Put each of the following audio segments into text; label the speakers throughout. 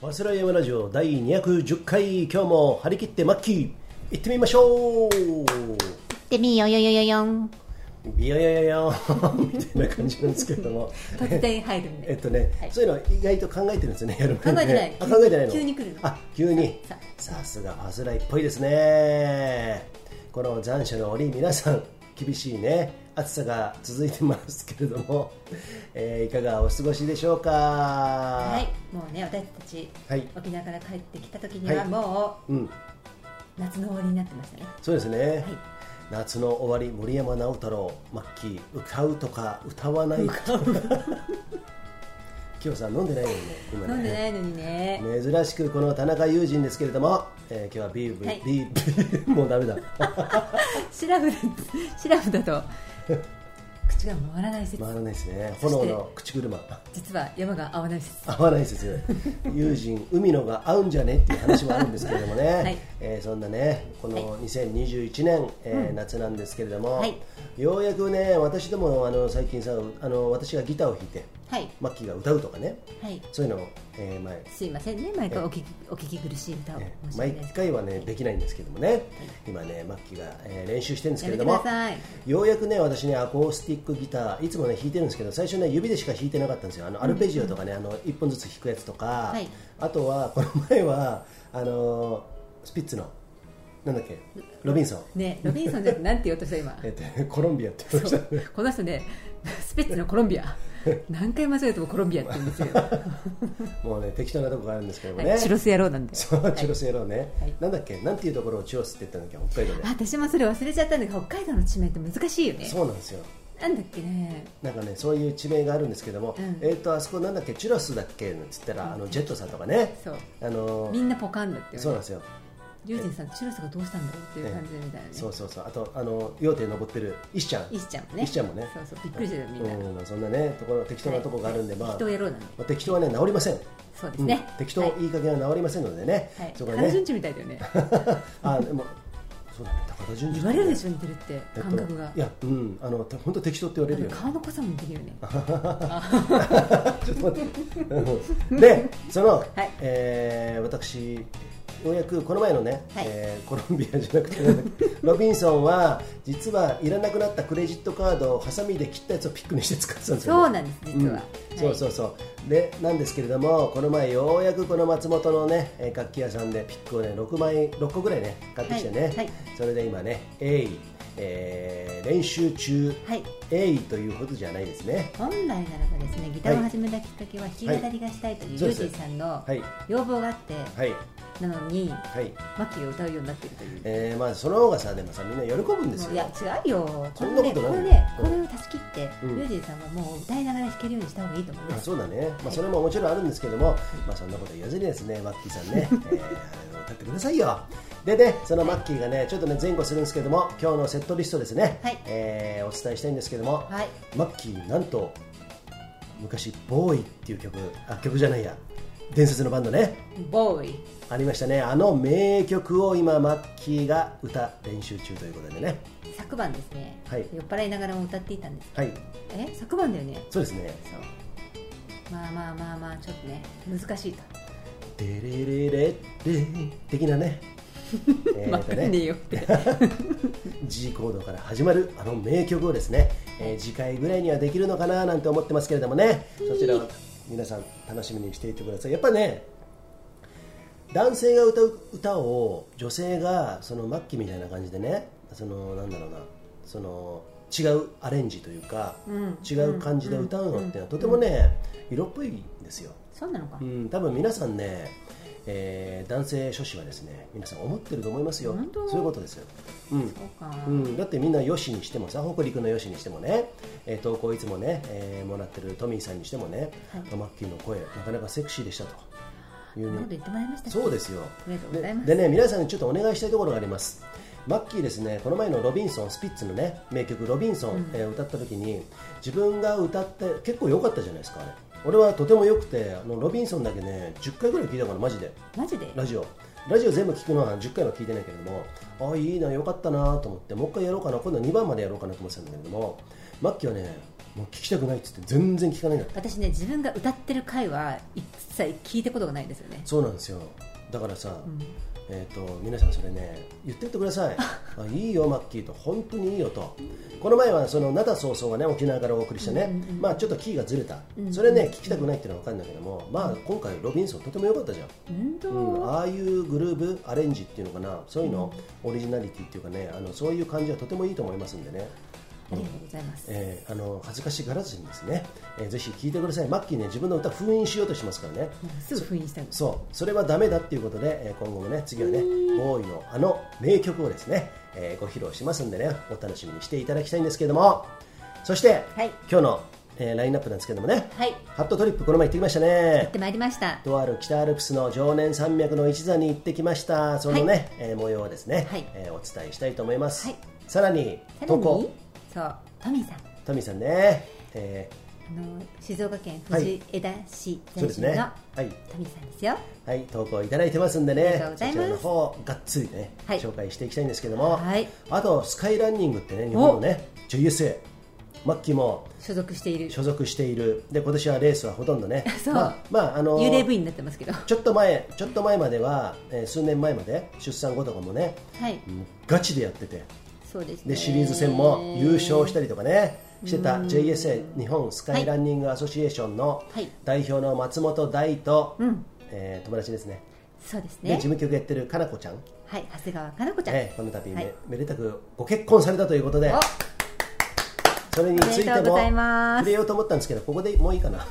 Speaker 1: 早稲田山ラジオ第210回今日も張り切ってマッキー行ってみましょう
Speaker 2: ってみよよよよよん
Speaker 1: ビヨヨヨヨン みたいな感じなんですけれども
Speaker 3: 突然入るん
Speaker 1: えっ
Speaker 3: で。
Speaker 1: とね、
Speaker 3: はい
Speaker 1: そういうの意外と考えてるんですよねやる前にね
Speaker 3: 考えてない
Speaker 1: あ考えてないの
Speaker 3: 急に来るの
Speaker 1: あ急に
Speaker 3: さ
Speaker 1: さすがファズライっぽいですねこの残暑の折皆さん厳しいね暑さが続いてますけれども、えーいかがお過ごしでしょうかは
Speaker 3: はい、もうね、私たち、
Speaker 1: はい
Speaker 3: 沖縄から帰ってきた時に
Speaker 1: は
Speaker 3: はいも
Speaker 1: うん
Speaker 3: う夏の終わりになってましたね。
Speaker 1: そうですね、
Speaker 3: い
Speaker 1: 夏の終わり森山直太朗マッキー歌うとか歌わないとか今日さん飲んでないよね今ね
Speaker 3: 飲んでないのにね。
Speaker 1: 珍しくこの田中友人ですけれども、えー今日はビール、
Speaker 3: はい
Speaker 1: ビールもうダメだ
Speaker 3: シラフだ、シラフ だと口が回らない説。
Speaker 1: 回らないですね
Speaker 3: そして
Speaker 1: 炎の口車
Speaker 3: 実は山が合わない説。
Speaker 1: 合わないですよ友人海のが合うんじゃねっていう話もあるんですけれどもね、
Speaker 3: い
Speaker 1: えーそんなねこの2021年、えー夏なんですけれども、
Speaker 3: はい
Speaker 1: ようやくね私どもあの最近さあの私がギターを弾いて
Speaker 3: はい。
Speaker 1: マッキーが歌うとかね
Speaker 3: はい。
Speaker 1: そういうのを、えー前
Speaker 3: すいませんね、毎回お聞き、お聞き苦しい歌を
Speaker 1: えー
Speaker 3: 申し
Speaker 1: 毎
Speaker 3: 訳ないです。
Speaker 1: 回はねできないんですけどもね今ねマッキーが、えー練習してるんです
Speaker 3: や
Speaker 1: けれ
Speaker 3: め
Speaker 1: ど
Speaker 3: てく
Speaker 1: も
Speaker 3: ださい。
Speaker 1: ようやくね私ねアコースティックギターいつもね弾いてるんですけど最初ね指でしか弾いてなかったんですよあのアルペジオとかね、あの1本ずつ弾くやつとか、
Speaker 3: はい
Speaker 1: あとはこの前はあのースピッツのなんだっけロビンソン、
Speaker 3: ね、ロビンソンじゃなくてなんて言おうとした今。
Speaker 1: えっとコロンビアって言いま
Speaker 3: そ
Speaker 1: し
Speaker 3: うこの人ね、スピッツのコロン ビア。何回間違えてもコロンビアって言うんですよ。
Speaker 1: たもうね適当なとこがあるんですけどもね、
Speaker 3: はい、チュロス野郎なんで。
Speaker 1: そうチュロス野郎ね、
Speaker 3: はい
Speaker 1: なんだっけなんていうところをチュロスって言ったんだっけ北海道で、
Speaker 3: あ私もそれ忘れちゃったんだけど北海道の地名って難しいよね
Speaker 1: そうなんですよ
Speaker 3: なんだっけね
Speaker 1: なんかねそういう地名があるんですけども、
Speaker 3: うん
Speaker 1: えっ、とあそこなんだっけチュロスだっけなんつったら、あのジェットさんとかね
Speaker 3: そう
Speaker 1: あのー
Speaker 3: みんなポカンだって
Speaker 1: そうな
Speaker 3: よ
Speaker 1: ん
Speaker 3: ね
Speaker 1: ですよ
Speaker 3: 龍神さんチュロスがどうしたんだろうっていう感じみたいなね
Speaker 1: そうそうそうあとあの羊蹄登ってる石ちゃん
Speaker 3: 石ちゃんもね
Speaker 1: 石ちゃんもね
Speaker 3: そうそうびっくりしてたよみんな、
Speaker 1: うんそんなねところ適当なところがあるんで、まあ
Speaker 3: 人をやろうなんで
Speaker 1: まあ適当はね治りません
Speaker 3: そうですね
Speaker 1: うん適当、
Speaker 3: はい
Speaker 1: い、い加減は治りませんのでね、
Speaker 3: はい
Speaker 1: そこは
Speaker 3: 原
Speaker 1: ね
Speaker 3: 順地みたいだよね
Speaker 1: あでもそうだね高田純次
Speaker 3: 言われるでしょ似てる って
Speaker 1: えっと
Speaker 3: 感覚が、
Speaker 1: いやうんあの本当適当って言われるよ
Speaker 3: あ
Speaker 1: ね
Speaker 3: の顔の濃さも似てるよね
Speaker 1: ちょっと待って。で、その、
Speaker 3: い
Speaker 1: えー私、ようやくこの前のね、
Speaker 3: はい
Speaker 1: えーコロンビアじゃなくて、ロビンソンは、実はいらなくなったクレジットカードをハサミで切ったやつをピックにして使ってたんですよ、ね。
Speaker 3: そうなんです実
Speaker 1: う
Speaker 3: は、
Speaker 1: ん
Speaker 3: は
Speaker 1: そう
Speaker 3: い
Speaker 1: そうそうでなんですけれどもこの前ようやくこの松本のねえー楽器屋さんでピックをね6枚6個ぐらいね買ってきてね、
Speaker 3: はいはい
Speaker 1: それで今ね鋭意、えー練習中
Speaker 3: はい
Speaker 1: 鋭意というほどじゃないですね
Speaker 3: 本来ならばですねギターを始めたきっかけは弾き語りがしたいという
Speaker 1: そう
Speaker 3: 龍
Speaker 1: です
Speaker 3: 神さんの
Speaker 1: はい
Speaker 3: 要望があって、
Speaker 1: はい
Speaker 3: なのに
Speaker 1: はい
Speaker 3: マキを歌うようになってるという
Speaker 1: えー、まあその方がさでもさみんな喜ぶんです
Speaker 3: いや
Speaker 1: よ
Speaker 3: 違うよ
Speaker 1: そんなことないうん
Speaker 3: これねこれねこれを断ち切って
Speaker 1: う
Speaker 3: ユ
Speaker 1: ん
Speaker 3: ージンさんはもう歌いながら弾けるようにした方がいいと思い
Speaker 1: あ
Speaker 3: ます
Speaker 1: そうだね、まあ、それももちろんあるんですけども、まあ、そんなこと言わずにですねマッキーさんね、えー、歌ってくださいよでねそのマッキーがねちょっとね前後するんですけども今日のセットリストですね、
Speaker 3: はい
Speaker 1: えーお伝えしたいんですけども、
Speaker 3: はい
Speaker 1: マッキーなんと昔「ボーイ」っていう曲あ曲じゃないや伝説のバンドね
Speaker 3: ボーイ
Speaker 1: ありましたねあの名曲を今マッキーが歌練習中ということでね
Speaker 3: 昨晩ですね、
Speaker 1: はい
Speaker 3: 酔っ払いながらも歌っていたんです
Speaker 1: はい
Speaker 3: え昨晩だよね
Speaker 1: そうですね
Speaker 3: そうまあまあまあまあちょっとね難しいと
Speaker 1: 「デレレレレ」的な ねえー
Speaker 3: 分か
Speaker 1: と
Speaker 3: んねえよって
Speaker 1: G コードから始まるあの名曲をですね、えー次回ぐらいにはできるのかななんて思ってますけれどもねそちらを皆さん楽しみにしていてくださいやっぱね男性が歌う歌を女性がその末期みたいな感じでねそのなんだろうなその違うアレンジというか、
Speaker 3: うん
Speaker 1: 違う感じで歌うのっていうのはとてもね、色っぽいんですよ、
Speaker 3: そうなのか
Speaker 1: うん、多分皆さんね、えー男性諸子はですね皆さん思ってると思いますよ
Speaker 3: 本当
Speaker 1: そういうことですよ、うん、
Speaker 3: そうか
Speaker 1: うん、だってみんなよしにしてもさ北陸のよしにしてもね、えー投稿いつもね、えーもらってるトミーさんにしてもね、
Speaker 3: はい
Speaker 1: マッキーの声なかなかセクシーでしたとい
Speaker 3: そんな
Speaker 1: う
Speaker 3: こと言ってもらいました
Speaker 1: そう
Speaker 3: で
Speaker 1: ですよ
Speaker 3: りがとうござい
Speaker 1: で
Speaker 3: ます
Speaker 1: でね皆さんにちょっとお願いしたいところがありますマッキーですねこの前のロビンソンスピッツのね名曲「ロビンソン」えー歌った時に自分が歌って結構良かったじゃないですかあれ俺はとても良くてあのロビンソンだけね10回ぐらい聞いたからマジで
Speaker 3: マジで
Speaker 1: ラジオラジオ全部聞くのは10回は聞いてないけれどもああいいなよかったなと思ってもう一回やろうかな今度は2番までやろうかなと思ってたんだけれどもマッキーはねもう聞きたくないっつって全然聞かないんだって
Speaker 3: 私ね自分が歌ってる回は一切聞いたことがないんですよね
Speaker 1: そうなんですよだからさ、
Speaker 3: ん
Speaker 1: えー、と皆さんそれね言ってってくだ さいあいいよマッキーと本当にいいよとこの前はその灘早々がね沖縄からお送りしてね、まあちょっとキーがずれた、それね聞きたくないっていうのは分かるんだけどもまあ今回ロビンソンとても良かったじゃん
Speaker 3: 運動、
Speaker 1: うん、ああいうグルーブアレンジっていうのかなそういうの、オリジナリティっていうかねあのそういう感じはとてもいいと思いますんでね、
Speaker 3: ありがとうございます、
Speaker 1: えーあの恥ずかしがらずにですね、えーぜひ聴いてくださいマッキーね自分の歌封印しようとしますからね
Speaker 3: すぐ封印したんです
Speaker 1: そうそれはダメだっていうことで、えー今後もね次はねボーイのあの名曲をですね、えーご披露しますんでねお楽しみにしていただきたいんですけれどもそして、
Speaker 3: はい
Speaker 1: 今日の、えーラインナップなんですけどもね、
Speaker 3: はい
Speaker 1: ハットトリップこの前行ってきました
Speaker 3: や
Speaker 1: ね
Speaker 3: ってまいりました
Speaker 1: とある北アルプスの常年山脈の一座に行ってきましたそのね、
Speaker 3: は
Speaker 1: えー模様をですね、
Speaker 3: はい
Speaker 1: えーお伝えしたいと思います、
Speaker 3: はい
Speaker 1: さらに
Speaker 3: さら
Speaker 1: ト
Speaker 3: に
Speaker 1: コ
Speaker 3: そうトミーさん
Speaker 1: トミーさんね、え
Speaker 3: あの静岡県
Speaker 1: はい
Speaker 3: 藤枝市
Speaker 1: ーそうで
Speaker 3: 在
Speaker 1: す
Speaker 3: 住
Speaker 1: ね
Speaker 3: の、
Speaker 1: はい
Speaker 3: トミーさんですよ
Speaker 1: はい、投稿いただいてますんで
Speaker 3: あり
Speaker 1: ね
Speaker 3: がとうご
Speaker 1: そ
Speaker 3: ざい
Speaker 1: ち
Speaker 3: ます
Speaker 1: らの方がっつりね、
Speaker 3: はい
Speaker 1: 紹介していきたいんですけども、
Speaker 3: はい
Speaker 1: あとスカイランニングってね日本のね JSA マッキーも
Speaker 3: 所属している
Speaker 1: 所属しているで今年はレースはほとんどね
Speaker 3: そう
Speaker 1: まあ、まあ、あの
Speaker 3: 幽霊部員になってますけど
Speaker 1: ちょっと前ちょっと前までは、えー数年前まで出産後とかもね
Speaker 3: はい
Speaker 1: もうガチでやってて
Speaker 3: そうですね
Speaker 1: でシリーズ戦も優勝したりとかねしてた JSA 日本スカイランニングアソシエーションの
Speaker 3: はい
Speaker 1: 代表の松本大と、
Speaker 3: うん
Speaker 1: えー友達ですね
Speaker 3: そうです
Speaker 1: で
Speaker 3: ね
Speaker 1: 事務局やってるかなこちゃん、
Speaker 3: はい長谷川かな子ちゃん、
Speaker 1: えーこの度め,、
Speaker 3: はい
Speaker 1: めでたくご結婚されたということでそれについ
Speaker 3: おめで
Speaker 1: て
Speaker 3: とうご
Speaker 1: も
Speaker 3: ざいます
Speaker 1: 触れようと思ったんですけどここでもういいか な、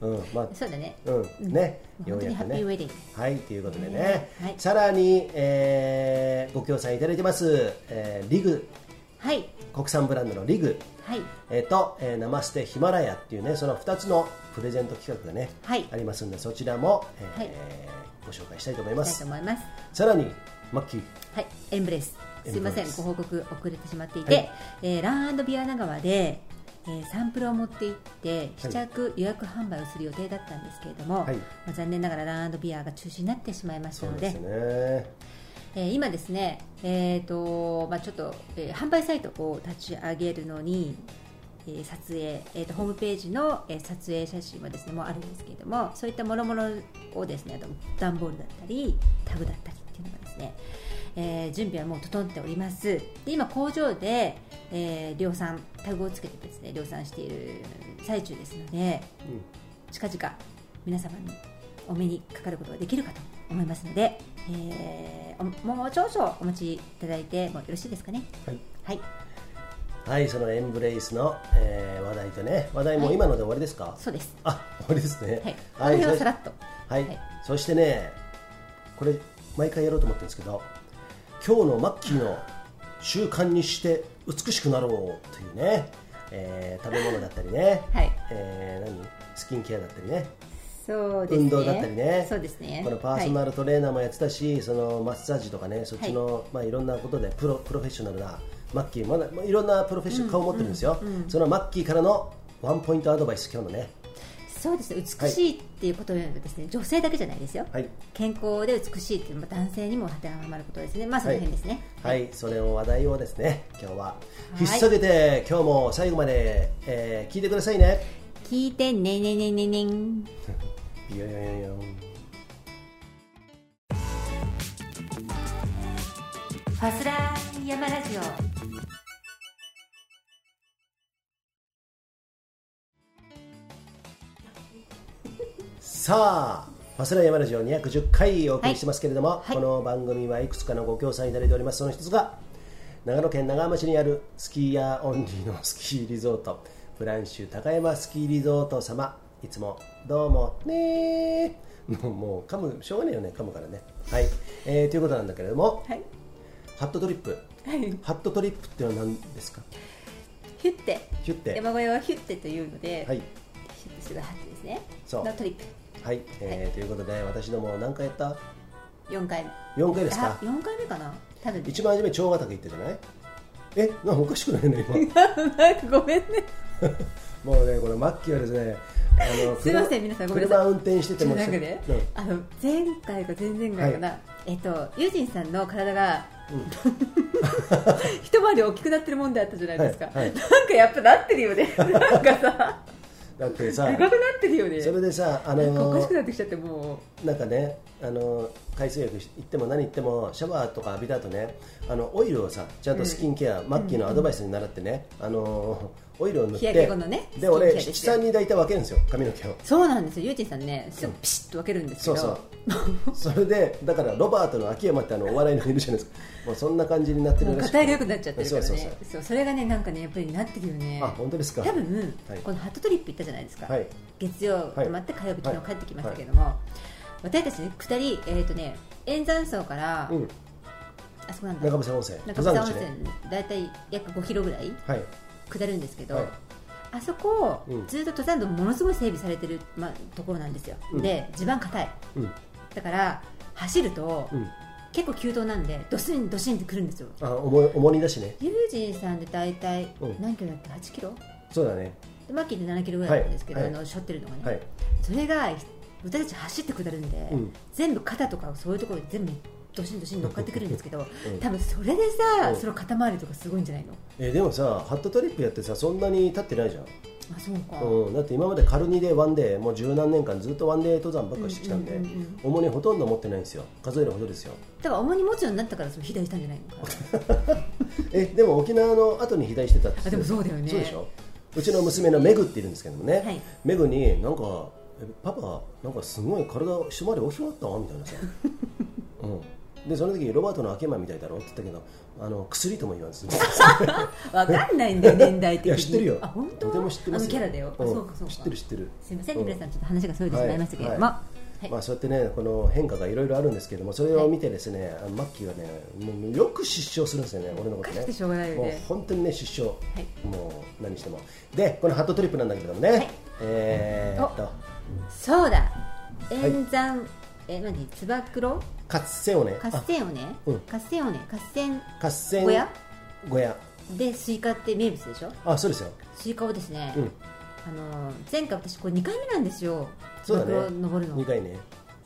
Speaker 1: うんまあ
Speaker 3: おそうだね
Speaker 1: うんね、
Speaker 3: 本当にハッピーウェディング
Speaker 1: はい、ということでね、
Speaker 3: はい
Speaker 1: さらに、えーご協賛いただいてます、えーリグ、
Speaker 3: はい
Speaker 1: 国産ブランドのリグ、
Speaker 3: はい
Speaker 1: えーと、えーナマステヒマラヤっていうね、その2つのプレゼント企画がね、
Speaker 3: はい
Speaker 1: ありますんで、そちらも、えー
Speaker 3: はい
Speaker 1: ご紹介したいと思いま
Speaker 3: だと
Speaker 1: す。
Speaker 3: 思います
Speaker 1: さらに、マッキー、
Speaker 3: はい、エンブレス。すいませ
Speaker 1: エンブレ
Speaker 3: ん、
Speaker 1: ス
Speaker 3: ご報告遅れてしまっていて、
Speaker 1: はい
Speaker 3: えーランビアナ川で、えーサンプルを持って行って試着予約販売をする予定だったんですけれども、
Speaker 1: はい
Speaker 3: まあ、残念ながらランビアが中止になってしまいました
Speaker 1: そう
Speaker 3: ので
Speaker 1: ですね、
Speaker 3: えー今ですね、えーとまあ、ちょっと、えー販売サイトを立ち上げるのに、えー撮影、えーとホームページの、えー撮影写真もですねもうあるんですけれどもそういったもろもろをですねあと段ボールだったりタグだったりっていうのがですね、えー準備はもう整っておりますで今工場で、えー量産タグをつけてですね量産している最中ですので
Speaker 1: うん
Speaker 3: 近々皆様にお目にかかることができるかと思いますので、えーおもう少々お待ちいただいてもよろしいですかね
Speaker 1: はい
Speaker 3: はい
Speaker 1: はい、そのエンブレイスの、えー話題とね、話題も今ので終わりですか、
Speaker 3: そうです
Speaker 1: あ、終わりです
Speaker 3: はい
Speaker 1: ね。
Speaker 3: この辺は
Speaker 1: そし
Speaker 3: さらっと
Speaker 1: はい、
Speaker 3: はい
Speaker 1: そしてねこれ毎回やろうと思ってるんですけど今日のマッキーの習慣にして美しくなろうというね、えー食べ物だったりね、
Speaker 3: はい
Speaker 1: えー何スキンケアだったりね
Speaker 3: そうですね
Speaker 1: 運動だったりね
Speaker 3: そうですね
Speaker 1: このパーソナルトレーナーもやってたし、そのマッサージとかねそっちの、いまあ、いろんなことでプロプロフェッショナルなマッキーまだ、まあ、いろんなプロフェッショナル顔を持ってるんですよ、そのマッキーからのワンポイントアドバイス今日のね
Speaker 3: はいそうですね美しいっていうことよりもですね、女性だけじゃないですよ、
Speaker 1: はい
Speaker 3: 健康で美しいっていうのは男性にも当てはまることですねまあその辺ですね
Speaker 1: はい、それを話題をですね今日は引っ提げて今日も最後まで、えー聞いてくださいね
Speaker 3: 聞いてねねねねねん
Speaker 1: ビヨヨヨヨン
Speaker 3: ファスラー山ラジオ
Speaker 1: さあファスラー山ラジオ210回お送りしてますけれども、
Speaker 3: い
Speaker 1: この番組はいくつかのご協賛いただいておりますその一つが長野県長浜市にあるスキーヤーオンリーのスキーリゾートフランシュ高山スキーリゾート様いつもどうもねもうもう噛むしょうがないよね噛むからねはい、えーということなんだけれども
Speaker 3: はい
Speaker 1: ハットトリップ
Speaker 3: はい
Speaker 1: ハットトリップってのは何ですか
Speaker 3: ヒュッて
Speaker 1: ヒュッて
Speaker 3: 山小屋はヒュッてというので、
Speaker 1: はい
Speaker 3: シュッとするハッチですね
Speaker 1: そう
Speaker 3: のトリップ
Speaker 1: はい、えーということで私ども何回やった
Speaker 3: 4回
Speaker 1: 4回ですか
Speaker 3: あ4回目かな多分
Speaker 1: 一番初め長ヶ岳行ったじゃないえなんかおかしくないの今
Speaker 3: なんかごめんね
Speaker 1: もうねこれマッキーはですねあの
Speaker 3: すいません皆さんごめんなさい
Speaker 1: 車運転してても
Speaker 3: 中学で、
Speaker 1: うん
Speaker 3: あの前回か前々回かな、えっとユージンさんの体が 一回り大きくなってる問題あったじゃないですか、
Speaker 1: はいはい
Speaker 3: なんかやっぱなってるよね なんかさ
Speaker 1: だって
Speaker 3: で
Speaker 1: さ
Speaker 3: かくなってるよね
Speaker 1: それでさあ
Speaker 3: なんかお
Speaker 1: の
Speaker 3: かしくなってきちゃっても
Speaker 1: なんかねあの海水浴行っても何行ってもシャワーとか浴びた後ねあのオイルをさちゃんとスキンケア、マッキーのアドバイスに習ってね、あのオイルを塗っ
Speaker 3: 日
Speaker 1: て
Speaker 3: 焼け後のね
Speaker 1: で俺
Speaker 3: スキンケアです
Speaker 1: 七
Speaker 3: よ
Speaker 1: 三に大体分けるんですよ髪の毛を
Speaker 3: うそうなんですよゆうちんさんねすぐピシッと分けるんですけ
Speaker 1: そ
Speaker 3: ど
Speaker 1: うそう それでだからロバートの秋山ってあのお笑いのいるじゃないですかもうそんな感じになって
Speaker 3: も
Speaker 1: る
Speaker 3: う
Speaker 1: らしく
Speaker 3: 硬いが良くなっちゃってるからね
Speaker 1: そ
Speaker 3: そうう
Speaker 1: そ
Speaker 3: そう
Speaker 1: そう
Speaker 3: れがねなんかねやっぱりなってくるよね
Speaker 1: あ本当ですか
Speaker 3: 多分、
Speaker 1: はい
Speaker 3: このハットトリップ行ったじゃないですか、
Speaker 1: はい
Speaker 3: 月曜
Speaker 1: はい
Speaker 3: 泊まって火曜日昨日帰ってきましたけども、私たちね2人えっ、とね円山荘から、
Speaker 1: うん
Speaker 3: あそこなんだ
Speaker 1: 中武山温泉
Speaker 3: 中山温
Speaker 1: 登
Speaker 3: 泉
Speaker 1: 山口ね
Speaker 3: 大体約5キロぐらい
Speaker 1: はい
Speaker 3: 下るんですけど、
Speaker 1: はい
Speaker 3: あそこを
Speaker 1: うん
Speaker 3: ずっと登山道ものすごい整備されてる、まあ、ところなんですよ、
Speaker 1: うん
Speaker 3: で地盤硬い
Speaker 1: うん
Speaker 3: だから走ると、
Speaker 1: うん
Speaker 3: 結構急登なんでドスンドシンってくるんですよ
Speaker 1: あ重い重荷だしね
Speaker 3: ユージンさんで大体
Speaker 1: うん
Speaker 3: 何キロだっけ8キロ
Speaker 1: そうだね
Speaker 3: でマッキーで7キロぐらいなんですけど、
Speaker 1: はい
Speaker 3: あの背負ってるのがね、
Speaker 1: はい
Speaker 3: それが私たち走って下るんで、
Speaker 1: うん
Speaker 3: 全部肩とかそういうところに全部ドシンドシン乗っかってくるんですけど、
Speaker 1: ん
Speaker 3: 多分それでさ、
Speaker 1: うん
Speaker 3: その肩周りとかすごいんじゃないの
Speaker 1: えでもさハットトリップやってさそんなに経ってないじゃん
Speaker 3: あそうか、
Speaker 1: うん、だって今までカルニでワンデーもう十何年間ずっとワンデー登山ばっかしてきたんで、
Speaker 3: うんうんうんうん
Speaker 1: 重荷ほとんど持ってないんですよ数えるほどですよ
Speaker 3: だから重荷持つようになったからその肥大したんじゃないのかな
Speaker 1: えでも沖縄の後に肥大してたって
Speaker 3: あでもそうだよね
Speaker 1: そうでしょうちの娘のメグっているんですけどもね、
Speaker 3: はい
Speaker 1: メグになんかえパパなんかすごい体一回り大きくなったわみたいな さ、うん、でその時ロバートの明けまみたいだろって言ったけどあの薬とも言わんです
Speaker 3: わかんないんだよ年代 的
Speaker 1: い
Speaker 3: に
Speaker 1: や知ってるよ
Speaker 3: あ本当
Speaker 1: とても知ってます
Speaker 3: あのキャラだよ、あ
Speaker 1: ん
Speaker 3: そうかそうか
Speaker 1: 知ってる知ってる
Speaker 3: すいません、皆
Speaker 1: う
Speaker 3: さんちょっと話がそれてしまいましたけれども、
Speaker 1: は
Speaker 3: はい
Speaker 1: まあ、そうやってねこの変化がいろいろあるんですけどもそれを見てですね、あのマッキーはねもうよく失笑するんですよね俺のこと
Speaker 3: おかしくて
Speaker 1: ね
Speaker 3: しょうがないよね
Speaker 1: もう本当にね失笑、
Speaker 3: い
Speaker 1: もう何してもでこのハットトリップなんだけれどもね、
Speaker 3: はい
Speaker 1: えー、っと
Speaker 3: そうだ円山、え何つば九郎
Speaker 1: 合戦をね
Speaker 3: 合戦をね
Speaker 1: うん
Speaker 3: 合戦をね合戦
Speaker 1: あ合戦
Speaker 3: 小屋
Speaker 1: 小屋
Speaker 3: でスイカって名物でしょ
Speaker 1: あそうですよ
Speaker 3: スイカをですね、
Speaker 1: うん
Speaker 3: あの前回私これ2回目なんですよつ
Speaker 1: そう
Speaker 3: ば
Speaker 1: だ
Speaker 3: 九
Speaker 1: ね
Speaker 3: 郎登るの
Speaker 1: 2回ね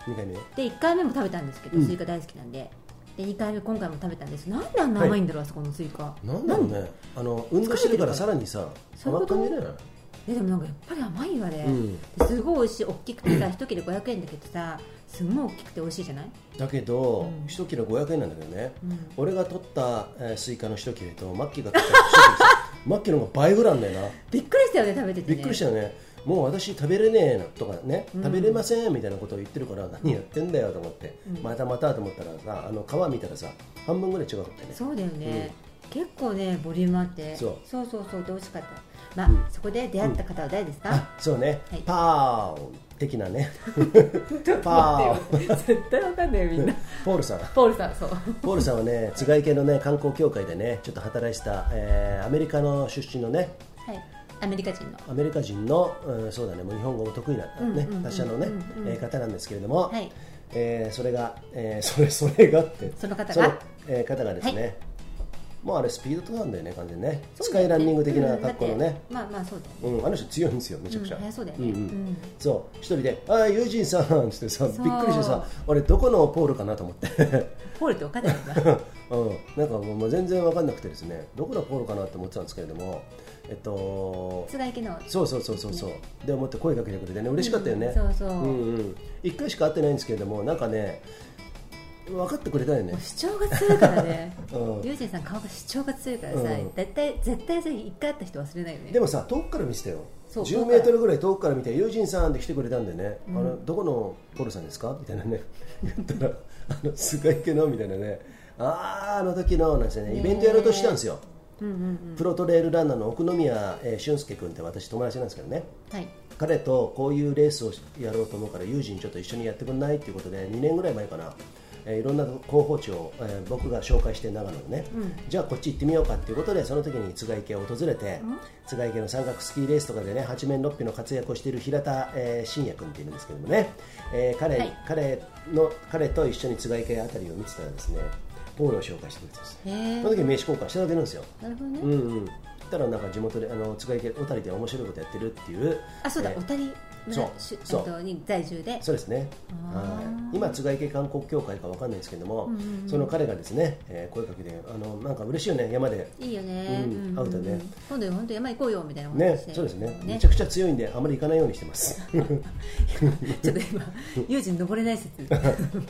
Speaker 1: 2回目ね
Speaker 3: で1回目も食べたんですけど、
Speaker 1: うん
Speaker 3: スイカ大好きなんでで2回目今回も食べたんですなんであんな甘いんだろう、あそこのスイカ
Speaker 1: なんだろうねあの運動してるからさらにさ
Speaker 3: そう
Speaker 1: 甘
Speaker 3: いう
Speaker 1: っ
Speaker 3: こと
Speaker 1: たんじゃない
Speaker 3: えでもなんかやっぱり甘いわね、
Speaker 1: うん
Speaker 3: ですごい美味しい大きくてさ一切れ500円だけどさすんごい大きくて美味しいじゃない、
Speaker 1: だけど、
Speaker 3: うん
Speaker 1: 一キロ500円なんだけどね、
Speaker 3: うん
Speaker 1: 俺が取った、えースイカの一切れとマッキーが取った一切れさマッキーの方が倍ぐらいなんだよな
Speaker 3: びっくりしたよね食べてて、ね、
Speaker 1: びっくりしたよねもう私食べれねえなとかね
Speaker 3: うん
Speaker 1: 食べれませんみたいなことを言ってるから、何やってんだよと思って、
Speaker 3: うん
Speaker 1: またまたと思ったらさあの皮見たらさ半分ぐらい違かったよね
Speaker 3: そうだよね、結構ねボリュームあって
Speaker 1: そう
Speaker 3: そうそうそうで美味しかったまあ、
Speaker 1: うん
Speaker 3: そこで出会った方は誰ですか、
Speaker 1: あそうね、
Speaker 3: はい
Speaker 1: パーオン的な ねパーオン
Speaker 3: 待ってよ絶対わかんないよみんな
Speaker 1: ポールさん
Speaker 3: ポールさんそう
Speaker 1: ポールさんはね、つがい系のね観光協会でね、ちょっと働いてた、えーアメリカの出身のね、
Speaker 3: はいアメリカ人の
Speaker 1: アメリカ人の、うんそうだね、もう日本語も得意な、
Speaker 3: うん
Speaker 1: ね
Speaker 3: うんうん
Speaker 1: 達者のね、
Speaker 3: うんうん
Speaker 1: えー方なんですけれども、
Speaker 3: はい
Speaker 1: えーそれが、えーそれ それがって、
Speaker 3: その方が
Speaker 1: えー方がですね、
Speaker 3: はい
Speaker 1: もうあれスピードなんだよね、完全にね、
Speaker 3: そう
Speaker 1: ス
Speaker 3: だ
Speaker 1: カ
Speaker 3: よね
Speaker 1: イランニング的な格好の
Speaker 3: うんだ
Speaker 1: ね
Speaker 3: っ、てまあまあそうだよね
Speaker 1: うんあの人強いんですよ、めちゃくちゃ。
Speaker 3: うん速そうだよね
Speaker 1: んん
Speaker 3: うん
Speaker 1: そう一人で「ああユージンさん」っつってさびっ
Speaker 3: そう
Speaker 1: くりしてさ俺どこのポールかなと思って
Speaker 3: ポールってわかんないんだ
Speaker 1: うん、なんかもう全然分かんなくてですねどこのポールかなって思ってたんですけれどもえっと
Speaker 3: 津軽家の
Speaker 1: そうそうそうそうそうで思って声かけてくれてね嬉しかったよね、
Speaker 3: うんそうそう
Speaker 1: うんうん、1回しか会ってないんですけれどもなんかね分かってくれたよね
Speaker 3: もう主張が強いからね
Speaker 1: うん
Speaker 3: 龍神さん顔が主張が強いからさ、
Speaker 1: うん
Speaker 3: 絶対絶対さ一回会った人忘れないよね
Speaker 1: でもさ遠くから見せたよ
Speaker 3: そう
Speaker 1: 10メートルぐらい遠くから見て友人さんって来てくれたんでね、あのどこのポールさんですかみたいなね 言ったらあの菅池のみたいなねあああの時のなんですねイベントやろうとしたんですよ、
Speaker 3: うんうんうん
Speaker 1: プロトレイルランナーの奥宮、えー俊介君って私友達なんですけどね
Speaker 3: はい
Speaker 1: 彼とこういうレースをやろうと思うから友人ちょっと一緒にやってくんないっていうことで2年ぐらい前かな、えーいろんな候補地を、えー僕が紹介して長野のね、じゃあこっち行ってみようかっていうことでその時に津賀池を訪れて、津賀池の山岳スキーレースとかでね八面六臂の活躍をしている平田、えー信也君っていうんですけどもね、えー彼
Speaker 3: はい
Speaker 1: 彼の彼と一緒に津賀池あたりを見てたらですねポールを紹介してくれてです
Speaker 3: へ
Speaker 1: ね
Speaker 3: え
Speaker 1: その時名刺交換しただけなんですよ
Speaker 3: なるほどね、
Speaker 1: うんうん、たらなんか地元であの津軽池小谷で面白いことやってるっていう
Speaker 3: あそうだ、
Speaker 1: えー
Speaker 3: おたりま
Speaker 1: そう
Speaker 3: だしえっ
Speaker 1: そう
Speaker 3: とに在住で
Speaker 1: そうですね、
Speaker 3: あ
Speaker 1: は
Speaker 3: ー
Speaker 1: い、今、津賀池韓国協会かわかんないですけども、
Speaker 3: うんうんうん
Speaker 1: その彼がですね、えー声かけてあの、なんか嬉しいよね、山で、
Speaker 3: いいよね、
Speaker 1: うん会うとね
Speaker 3: 今度本当山行こうよみたいな
Speaker 1: ね
Speaker 3: 話して、
Speaker 1: そうですねめ
Speaker 3: ね
Speaker 1: ちゃくちゃ強いんで、あまり行かないようにしてます、
Speaker 3: ちょっと今友人登れな い説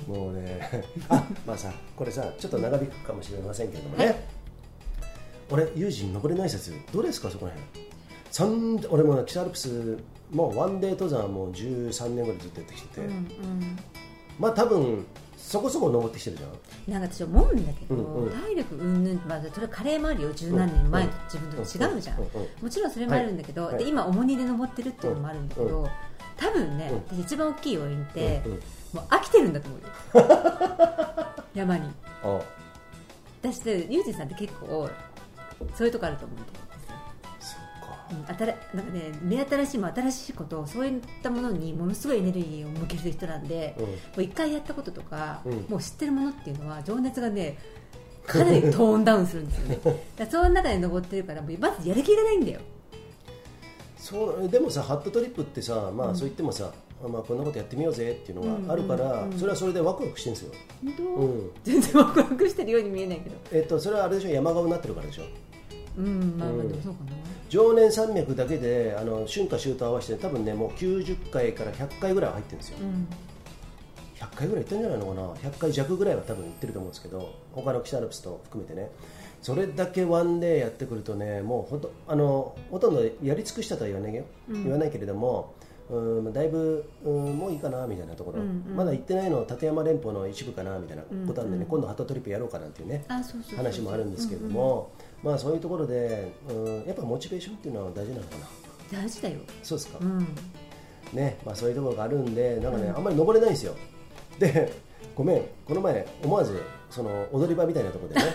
Speaker 1: もうね、 あまあさ、これさ、ちょっと長引くかもしれませんけどもね、俺、友人登れない説、どうですか、そこらへん。三俺もね北アルプス、もうワンデー登山はもう13年ぐらいずっとやってきてて、
Speaker 3: うんうん
Speaker 1: まあ多分そこそこ登ってきてるじゃん。
Speaker 3: なんか私思うんだけど、
Speaker 1: うんうん
Speaker 3: 体力うんぬん、まあ、それカレーもあるよ十何年前と自分と違うじゃん、
Speaker 1: ううん
Speaker 3: もちろんそれもあるんだけど、
Speaker 1: はいはい
Speaker 3: で今重荷で登ってるっていうのもあるんだけど、
Speaker 1: う
Speaker 3: 多分ね、
Speaker 1: う
Speaker 3: 私一番大きい要因って、
Speaker 1: うんうん
Speaker 3: もう飽きてるんだと思うよ 山に
Speaker 1: あ
Speaker 3: だしてユージさんって結構そういうとこあると思うんですよ
Speaker 1: そっか
Speaker 3: うんあたらなんかね、目新しいも新しいことそういったものにものすごいエネルギーを向ける人なんで、
Speaker 1: うん
Speaker 3: もう一回やったこととか、
Speaker 1: うん
Speaker 3: もう知ってるものっていうのは情熱 がねかなりトーンダウンするんですよねだからその中で登ってるからもうまずやる気がないんだよ
Speaker 1: そうでもさハットトリップってさまあそう言ってもさ、まあ、こんなことやってみようぜっていうのがあるから、
Speaker 3: うんうんうん
Speaker 1: それはそれでワクワクしてるんですよ、
Speaker 3: 本当、
Speaker 1: うん
Speaker 3: 全然ワクワクしてるように見えないけど
Speaker 1: えっと、それはあれでしょ山顔になってるからでしょ
Speaker 3: うんまあまあ
Speaker 1: うん
Speaker 3: でもそうかな、
Speaker 1: 常年山脈だけであの春夏秋冬合わせて多分ねもう90回から100回ぐらいは入ってるんですよ
Speaker 3: うん
Speaker 1: 100回ぐらい行ってんじゃないのかな100回弱ぐらいは多分行ってると思うんですけど他の北アルプスと含めてねそれだけワンデーやってくるとねもうほんとあのほとんどやり尽くしたとは言わないよ、
Speaker 3: うん
Speaker 1: 言わないけれどもうんだいぶうんもういいかなみたいなところ、
Speaker 3: うんうん
Speaker 1: まだ行ってないの立山連峰の一部かなみたいなことなんでね、
Speaker 3: うんうん
Speaker 1: 今度ハットトリップやろうかなんていうね
Speaker 3: あそうそうそう
Speaker 1: 話もあるんですけれど、も、まあそういうところでうんやっぱモチベーションっていうのは大事なのかな
Speaker 3: うんうん大事だよ
Speaker 1: そうですか、
Speaker 3: うん
Speaker 1: ねまあ、そういうところがあるんでなんかね、
Speaker 3: うん
Speaker 1: あんまり登れないんですよでごめんこの前思わずその踊り場みたいなとこ ろでね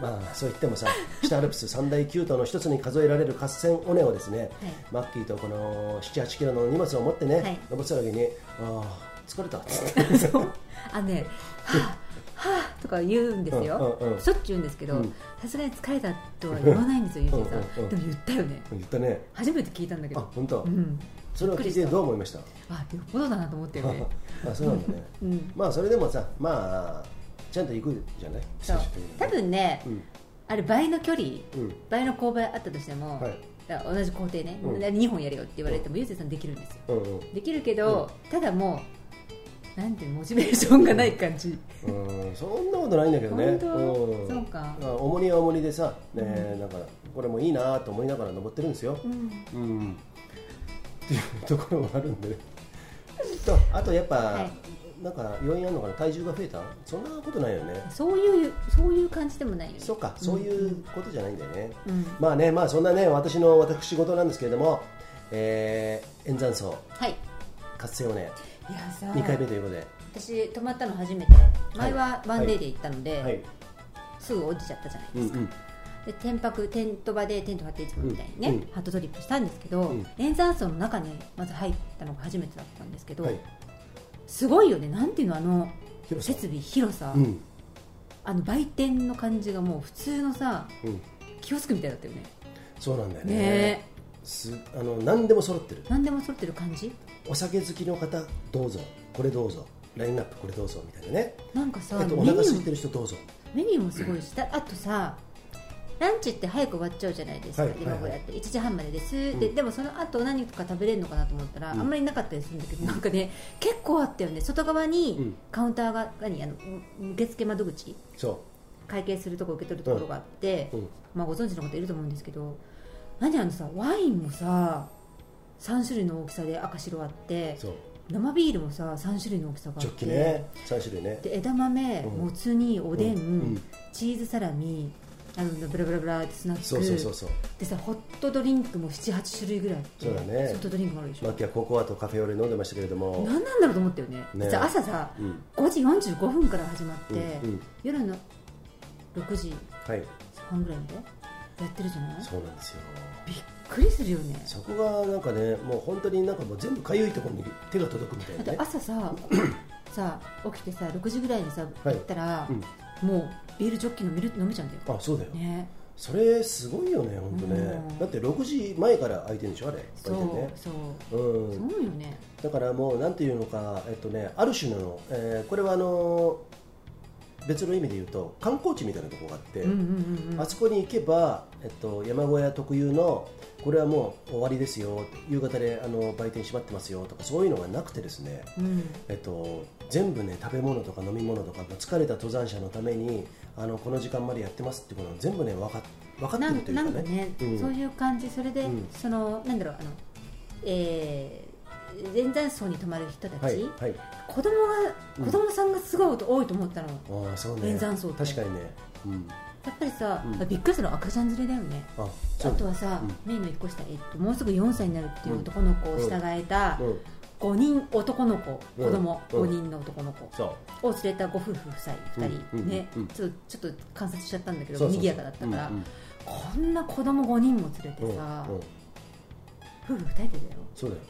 Speaker 1: まあそう言ってもさ北アルプス三大急登の一つに数えられる合戦尾根をですね、マッキーとこの78キロの荷物を持ってね、
Speaker 3: はい
Speaker 1: 登ってた時にああ疲 れたっつって
Speaker 3: そうあのね「はあはあ」とか言うんですよ、
Speaker 1: うんうんうん
Speaker 3: しょっちゅうんですけ
Speaker 1: う
Speaker 3: ど
Speaker 1: ん
Speaker 3: さすがに疲れたとは言わないんですよ、ゆうじさ
Speaker 1: うんうんうん
Speaker 3: ん。でも言ったよね、
Speaker 1: 言ったね
Speaker 3: 初めて聞いたんだけ
Speaker 1: あ
Speaker 3: ど、
Speaker 1: 本当、
Speaker 3: うん、
Speaker 1: それを聞いてどう思いました
Speaker 3: あよっぽどだなと思ったよね、
Speaker 1: あそうなんだね、
Speaker 3: うん、
Speaker 1: まあそれでもさまあちゃんと行くじゃない
Speaker 3: そう
Speaker 1: 最終的に
Speaker 3: 多分ね、
Speaker 1: うん
Speaker 3: あれ、倍の距離、
Speaker 1: うん
Speaker 3: 倍の勾配あったとしても、
Speaker 1: はい
Speaker 3: だから同じ工程ね、
Speaker 1: うん
Speaker 3: 2本やるよって言われても、ゆうじさんできるんです
Speaker 1: う
Speaker 3: よ、
Speaker 1: んうん
Speaker 3: できるけど、ただもう、なんていうのモチベーションがない感じ、
Speaker 1: うんそんなことないんだけどね。
Speaker 3: 本当、
Speaker 1: うん
Speaker 3: そうか、
Speaker 1: あ重りは重りでさ、ねなんかこれもいいなと思いながら登ってるんですよ。
Speaker 3: うん、
Speaker 1: うん、っていうところもあるんでね。 とあとやっぱ、
Speaker 3: は
Speaker 1: なんか要因あるのかな体重が増えたそんなことないよね。
Speaker 3: そういうそういう感じでもないよね。
Speaker 1: そうかそういうことじゃないんだよね。
Speaker 3: うん
Speaker 1: まあねまあそんなね私の私事なんですけれども、えー、円山荘
Speaker 3: はい。
Speaker 1: 活性をね
Speaker 3: いやさ、
Speaker 1: 2回目ということで。
Speaker 3: 私泊まったの初めて。前はワンデーで行ったので、
Speaker 1: はい。
Speaker 3: すぐ落ちちゃったじゃない
Speaker 1: うん
Speaker 3: で
Speaker 1: う
Speaker 3: すか。
Speaker 1: ん。
Speaker 3: で天泊テント場でテント張っていつもみたいにね、
Speaker 1: うんうん
Speaker 3: ハットトリップしたんですけど、
Speaker 1: うん
Speaker 3: 円山荘の中にまず入ったのが初めてだったんですけど、
Speaker 1: はい。
Speaker 3: すごいよね。なんていうのあの
Speaker 1: 広さ
Speaker 3: 設備広さ、
Speaker 1: うん
Speaker 3: あの売店の感じがもう普通のさ
Speaker 1: うん。
Speaker 3: キオスクみたいだったよね。
Speaker 1: そうなんだよ
Speaker 3: ね
Speaker 1: ね
Speaker 3: え。
Speaker 1: すあの何でも揃ってる
Speaker 3: 何でも揃ってる感じ。
Speaker 1: お酒好きの方どうぞこれどうぞラインナップこれどうぞみたいなね
Speaker 3: なんかさ、
Speaker 1: あとお
Speaker 3: メニュ
Speaker 1: 腹
Speaker 3: ー
Speaker 1: 空いてる人どうぞ
Speaker 3: メニューもすごいし、だあとさランチって早く終わっちゃうじゃないですか、
Speaker 1: はい
Speaker 3: 今
Speaker 1: はい
Speaker 3: こ
Speaker 1: はいう
Speaker 3: やって1時半までです、
Speaker 1: ん
Speaker 3: ででもその後何か食べれるのかなと思ったら、
Speaker 1: うん
Speaker 3: あんまりなかったりするんだけどなんかね結構あったよね外側
Speaker 1: う
Speaker 3: に
Speaker 1: ん
Speaker 3: カウンターが何あのう受付窓口
Speaker 1: そ
Speaker 3: 会計するとこ受け取るところがあって、
Speaker 1: う、うん、
Speaker 3: まあ、ご存知の方いると思うんですけど何あのさワインもさ3種類の大きさで赤白あって
Speaker 1: そう
Speaker 3: 生ビールもさ3種類の大きさがあ
Speaker 1: ジ
Speaker 3: っ
Speaker 1: ョッ
Speaker 3: て
Speaker 1: キね3種類ね
Speaker 3: で枝豆、
Speaker 1: うん
Speaker 3: もつ煮おでん、
Speaker 1: うんうん
Speaker 3: チーズサラミあのブラブラブラってスナック
Speaker 1: そうそうそうそう
Speaker 3: でさホットドリンクも78種類ぐらいあって
Speaker 1: そうだね
Speaker 3: ホットドリンクもあるでしょ、
Speaker 1: マッキーはココアとカフェオレ飲んでましたけれども
Speaker 3: 何なんだろうと思ったよね
Speaker 1: ね
Speaker 3: じゃあ朝さ
Speaker 1: うん
Speaker 3: 5時45分から始まって、
Speaker 1: うんうん
Speaker 3: 夜の6時
Speaker 1: はい
Speaker 3: 半ぐらいまでやってるじゃない
Speaker 1: そうなんですよ
Speaker 3: びっくりするよね
Speaker 1: そこがなんかねもう本当になんかもう全部かゆいところに手が届くみたい
Speaker 3: だっ
Speaker 1: な
Speaker 3: て
Speaker 1: ね
Speaker 3: 朝ささ起きてさ6時ぐらいにさ
Speaker 1: は
Speaker 3: 行
Speaker 1: い
Speaker 3: ったら、
Speaker 1: うん
Speaker 3: もうビールジョッキ飲める飲めちゃうんだよ
Speaker 1: あそうだよ、
Speaker 3: ね
Speaker 1: それすごいよね本当ね、
Speaker 3: うん
Speaker 1: だって6時前から開いてるんでしょあれ
Speaker 3: そ
Speaker 1: 売
Speaker 3: う
Speaker 1: 店ね
Speaker 3: そう
Speaker 1: う
Speaker 3: す
Speaker 1: ん、
Speaker 3: ごいよね
Speaker 1: だからもうなんていうのか、えっとね、ある種の、えーこれはあのー別の意味で言うと観光地みたいなところがあって、
Speaker 3: うんうんうんうん
Speaker 1: あそこに行けば、えっと、山小屋特有のこれはもう終わりですよ夕方であの売店閉まってますよとかそういうのがなくてですね、
Speaker 3: うん
Speaker 1: えっと、全部ね食べ物とか飲み物とか疲れた登山者のためにあのこの時間までやってますってことが全部ね分か分かって
Speaker 3: な
Speaker 1: る
Speaker 3: ん
Speaker 1: というか
Speaker 3: なんか
Speaker 1: ね
Speaker 3: ね、
Speaker 1: うん
Speaker 3: そういう感じそれで、
Speaker 1: うん
Speaker 3: そのなんだろうあの、えー、前山荘に泊まる人たち、
Speaker 1: はいはい
Speaker 3: 子供
Speaker 1: うん
Speaker 3: が子供さんがすごい多いと思ったの、
Speaker 1: ああそうね
Speaker 3: 連山荘って
Speaker 1: 確かにね、うん、
Speaker 3: やっぱりさ、
Speaker 1: うん
Speaker 3: びっくりするのは赤ちゃん連れだよね
Speaker 1: あ
Speaker 3: あ
Speaker 1: そう
Speaker 3: とはさ、メイの1個下、えっと、もうすぐ4歳になるっていう男の子を従えた
Speaker 1: うん、
Speaker 3: 5人男の子、
Speaker 1: うん
Speaker 3: 子供
Speaker 1: うん
Speaker 3: 5人の男の子
Speaker 1: そう
Speaker 3: を連れたご夫婦夫妻2人、
Speaker 1: うんうん
Speaker 3: ね
Speaker 1: うん
Speaker 3: ちょっとちょっと観察しちゃったんだけ
Speaker 1: そ
Speaker 3: ど
Speaker 1: うそうそう
Speaker 3: 賑やかだったから、
Speaker 1: うん
Speaker 3: こんな子供5人も連れ
Speaker 1: うん
Speaker 3: てさ、
Speaker 1: うんうん
Speaker 3: 夫婦2人でだよ
Speaker 1: そうだよ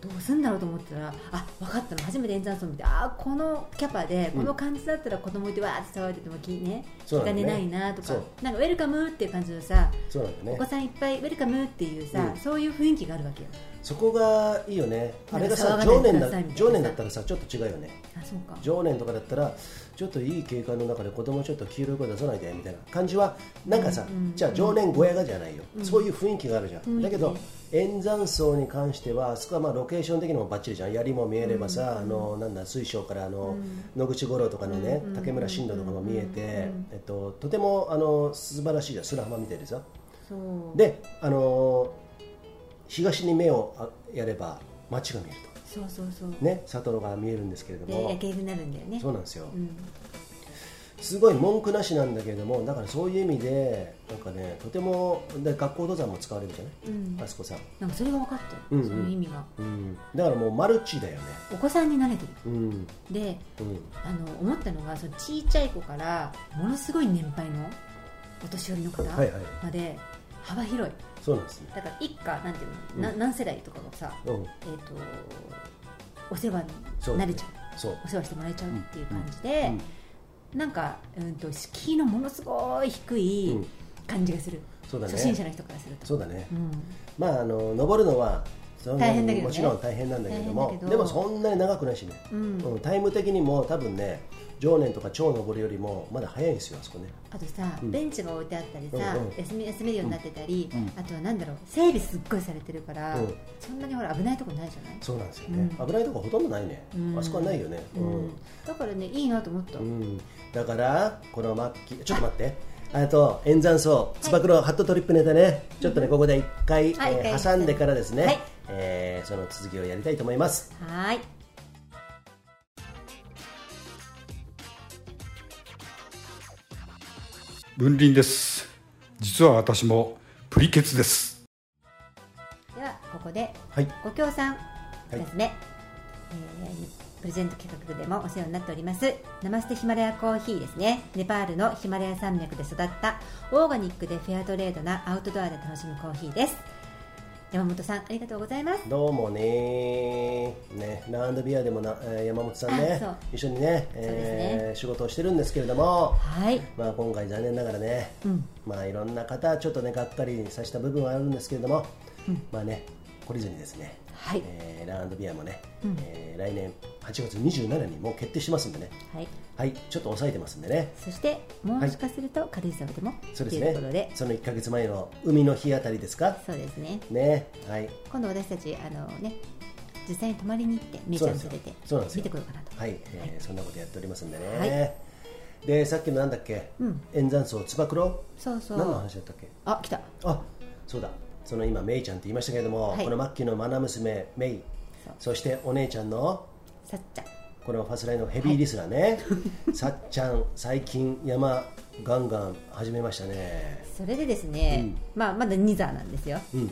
Speaker 3: どうすんだろうと思ったらあ分かったの初めて演算層見てあーこのキャパで
Speaker 1: うん
Speaker 3: この感じだったら子供いてわーって騒いでてもきね
Speaker 1: そう
Speaker 3: 気
Speaker 1: な
Speaker 3: 兼
Speaker 1: んだ
Speaker 3: ね
Speaker 1: よね
Speaker 3: ないなとか
Speaker 1: そう
Speaker 3: なんかウェルカムっていう感じのさ、
Speaker 1: そうなんだ
Speaker 3: お
Speaker 1: よ
Speaker 3: 子
Speaker 1: ね
Speaker 3: さんいっぱいウェルカムっていうさ、
Speaker 1: うん
Speaker 3: そういう雰囲気があるわけよ
Speaker 1: そこがいいよねあれが
Speaker 3: な
Speaker 1: さ
Speaker 3: んか騒
Speaker 1: 常
Speaker 3: がな
Speaker 1: 年
Speaker 3: いでく
Speaker 1: だ
Speaker 3: ださいみたいな
Speaker 1: 常年だったらさちょっと違うよね
Speaker 3: あそうか
Speaker 1: 常年とかだったらちょっといい景観の中で子供ちょっと黄色い声出さないでみたいな感じはなんかさ、
Speaker 3: うんうんうん
Speaker 1: じゃあ常年小屋がじゃないよ、
Speaker 3: うん
Speaker 1: そういう雰囲気があるじゃん、
Speaker 3: 雰囲気ね
Speaker 1: だけど円山荘に関してはあそこはまあロケーション的にもバッチリじゃん槍も見えればさ、あのなんだ水晶からあの、野口五郎とかのね、
Speaker 3: うんうん
Speaker 1: 竹村新郎とかも見えて、
Speaker 3: うんうん
Speaker 1: えっと、とてもあの素晴らしいじゃん砂浜みたいでさ、
Speaker 3: そう
Speaker 1: で、あのー東に目をあやれば街が見える
Speaker 3: そうそうそう、
Speaker 1: と、ね、里のが見えるんですけれど
Speaker 3: で夜
Speaker 1: も、
Speaker 3: 景になるんだよね
Speaker 1: そうなんですよ、
Speaker 3: うん
Speaker 1: すごい文句なしなんだけれども、だからそういう意味で、なんかね、とてもで学校登山も使われるじゃない、
Speaker 3: うん
Speaker 1: あそこさん、
Speaker 3: なんかそれが分かったよ、
Speaker 1: うんうん
Speaker 3: その意味が
Speaker 1: うん、だからもうマルチだよね、
Speaker 3: お子さんに慣れてる
Speaker 1: うん、
Speaker 3: で
Speaker 1: うん、
Speaker 3: あの思ったのがその小さい子からものすごい年配のお年寄りの方
Speaker 1: はいはい
Speaker 3: まで幅広い
Speaker 1: そうなんですね、
Speaker 3: だから一家なんていうの、
Speaker 1: うん
Speaker 3: な何世代とかがさ、
Speaker 1: うん、
Speaker 3: えー、とお世話に
Speaker 1: そう
Speaker 3: なれちゃう
Speaker 1: そう、
Speaker 3: お世話してもらえちゃうっていう感じで、なんか、うん、と敷居のものすごい低
Speaker 1: う
Speaker 3: い
Speaker 1: ん、
Speaker 3: 感じがする、
Speaker 1: そうだ
Speaker 3: 初心者
Speaker 1: ね、
Speaker 3: の人からすると。
Speaker 1: そうだね、
Speaker 3: うん
Speaker 1: まあ、あの登るのは、そんなに
Speaker 3: 大変だけどね
Speaker 1: もちろん大変なんだけれども
Speaker 3: 大変だけ
Speaker 1: で
Speaker 3: ど
Speaker 1: もそんなに長くないしね。
Speaker 3: うん
Speaker 1: うん、タイム的にも多分ね常年とか超登るよりもまだ早いんですよあそこね
Speaker 3: あとさ、
Speaker 1: うん
Speaker 3: ベンチが置いてあったりさ、
Speaker 1: うんうん
Speaker 3: 休み休めるようになってたり、
Speaker 1: うん
Speaker 3: あとはなんだろう整備すっごいされてるから、
Speaker 1: うん
Speaker 3: そんなにほら危ないとこないじゃない、
Speaker 1: そうなんですよね、
Speaker 3: うん
Speaker 1: 危ないとこほとんどないね、
Speaker 3: うん
Speaker 1: あそこはないよねうん、
Speaker 3: だからねいいなと思った、
Speaker 1: うんだからこの末期ちょっと待ってあと円山荘つば九郎ハットトリップネタね、ちょっとねここで一回、
Speaker 3: はい
Speaker 1: えー
Speaker 3: 一
Speaker 1: 挟
Speaker 3: 回
Speaker 1: んでからですね、
Speaker 3: はい
Speaker 1: えーその続きをやりたいと思います
Speaker 3: はーい
Speaker 4: 文林です実は私もプリケツです
Speaker 3: ではここで
Speaker 1: はい
Speaker 3: ご協賛
Speaker 1: い
Speaker 3: 2つ目、えープレゼント企画でもお世話になっておりますナマステヒマラヤコーヒーですねネパールのヒマラヤ山脈で育ったオーガニックでフェアトレードなアウトドアで楽しむコーヒーです山本さんありがとうございます
Speaker 1: どうもねねラウンドビアでもな、えー山本さんね
Speaker 3: あそう
Speaker 1: 一緒にね,、
Speaker 3: そうです
Speaker 1: えー仕事をしてるんですけれども
Speaker 3: はい
Speaker 1: まあ、今回、残念ながらね、
Speaker 3: うん
Speaker 1: まあ、いろんな方、ちょっとね、がっかりさせた部分はあるんですけれども、まあね、懲りずにですね、
Speaker 3: はい
Speaker 1: えーランドビアもね、
Speaker 3: うん
Speaker 1: えー来年8月27日にもう決定してますんでね、
Speaker 3: はい
Speaker 1: はい、ちょっと抑えてますんでね、
Speaker 3: そしてもしかすると軽井沢でも、と
Speaker 1: そうです
Speaker 3: いうこと
Speaker 1: ね
Speaker 3: で、
Speaker 1: その1か月前の海の日あたりですか、
Speaker 3: そうですね
Speaker 1: ね、はい、
Speaker 3: 今度私たちあのね実際に泊まりに行ってみーちゃん連れて
Speaker 1: そうなんです
Speaker 3: 見
Speaker 1: よ
Speaker 3: てこようかなと
Speaker 1: はい、えーそんなことやっておりますんでね、
Speaker 3: は
Speaker 1: でさっきのなんだっけ、
Speaker 3: うん
Speaker 1: 円山荘つば九郎、
Speaker 3: そうそ
Speaker 1: 何の
Speaker 3: う
Speaker 1: 話だったっけ
Speaker 3: あ来た
Speaker 1: あそうだその今メイちゃんって言いましたけれども、
Speaker 3: はい
Speaker 1: このマッキーのマナ娘メイ
Speaker 3: そう
Speaker 1: そしてお姉ちゃんの
Speaker 3: さっちゃん
Speaker 1: このファスライのヘビーリスナー ね、さっちゃん最近山ガンガン始めましたね
Speaker 3: それでですね、まあ、まだ2座なんですよ
Speaker 1: うん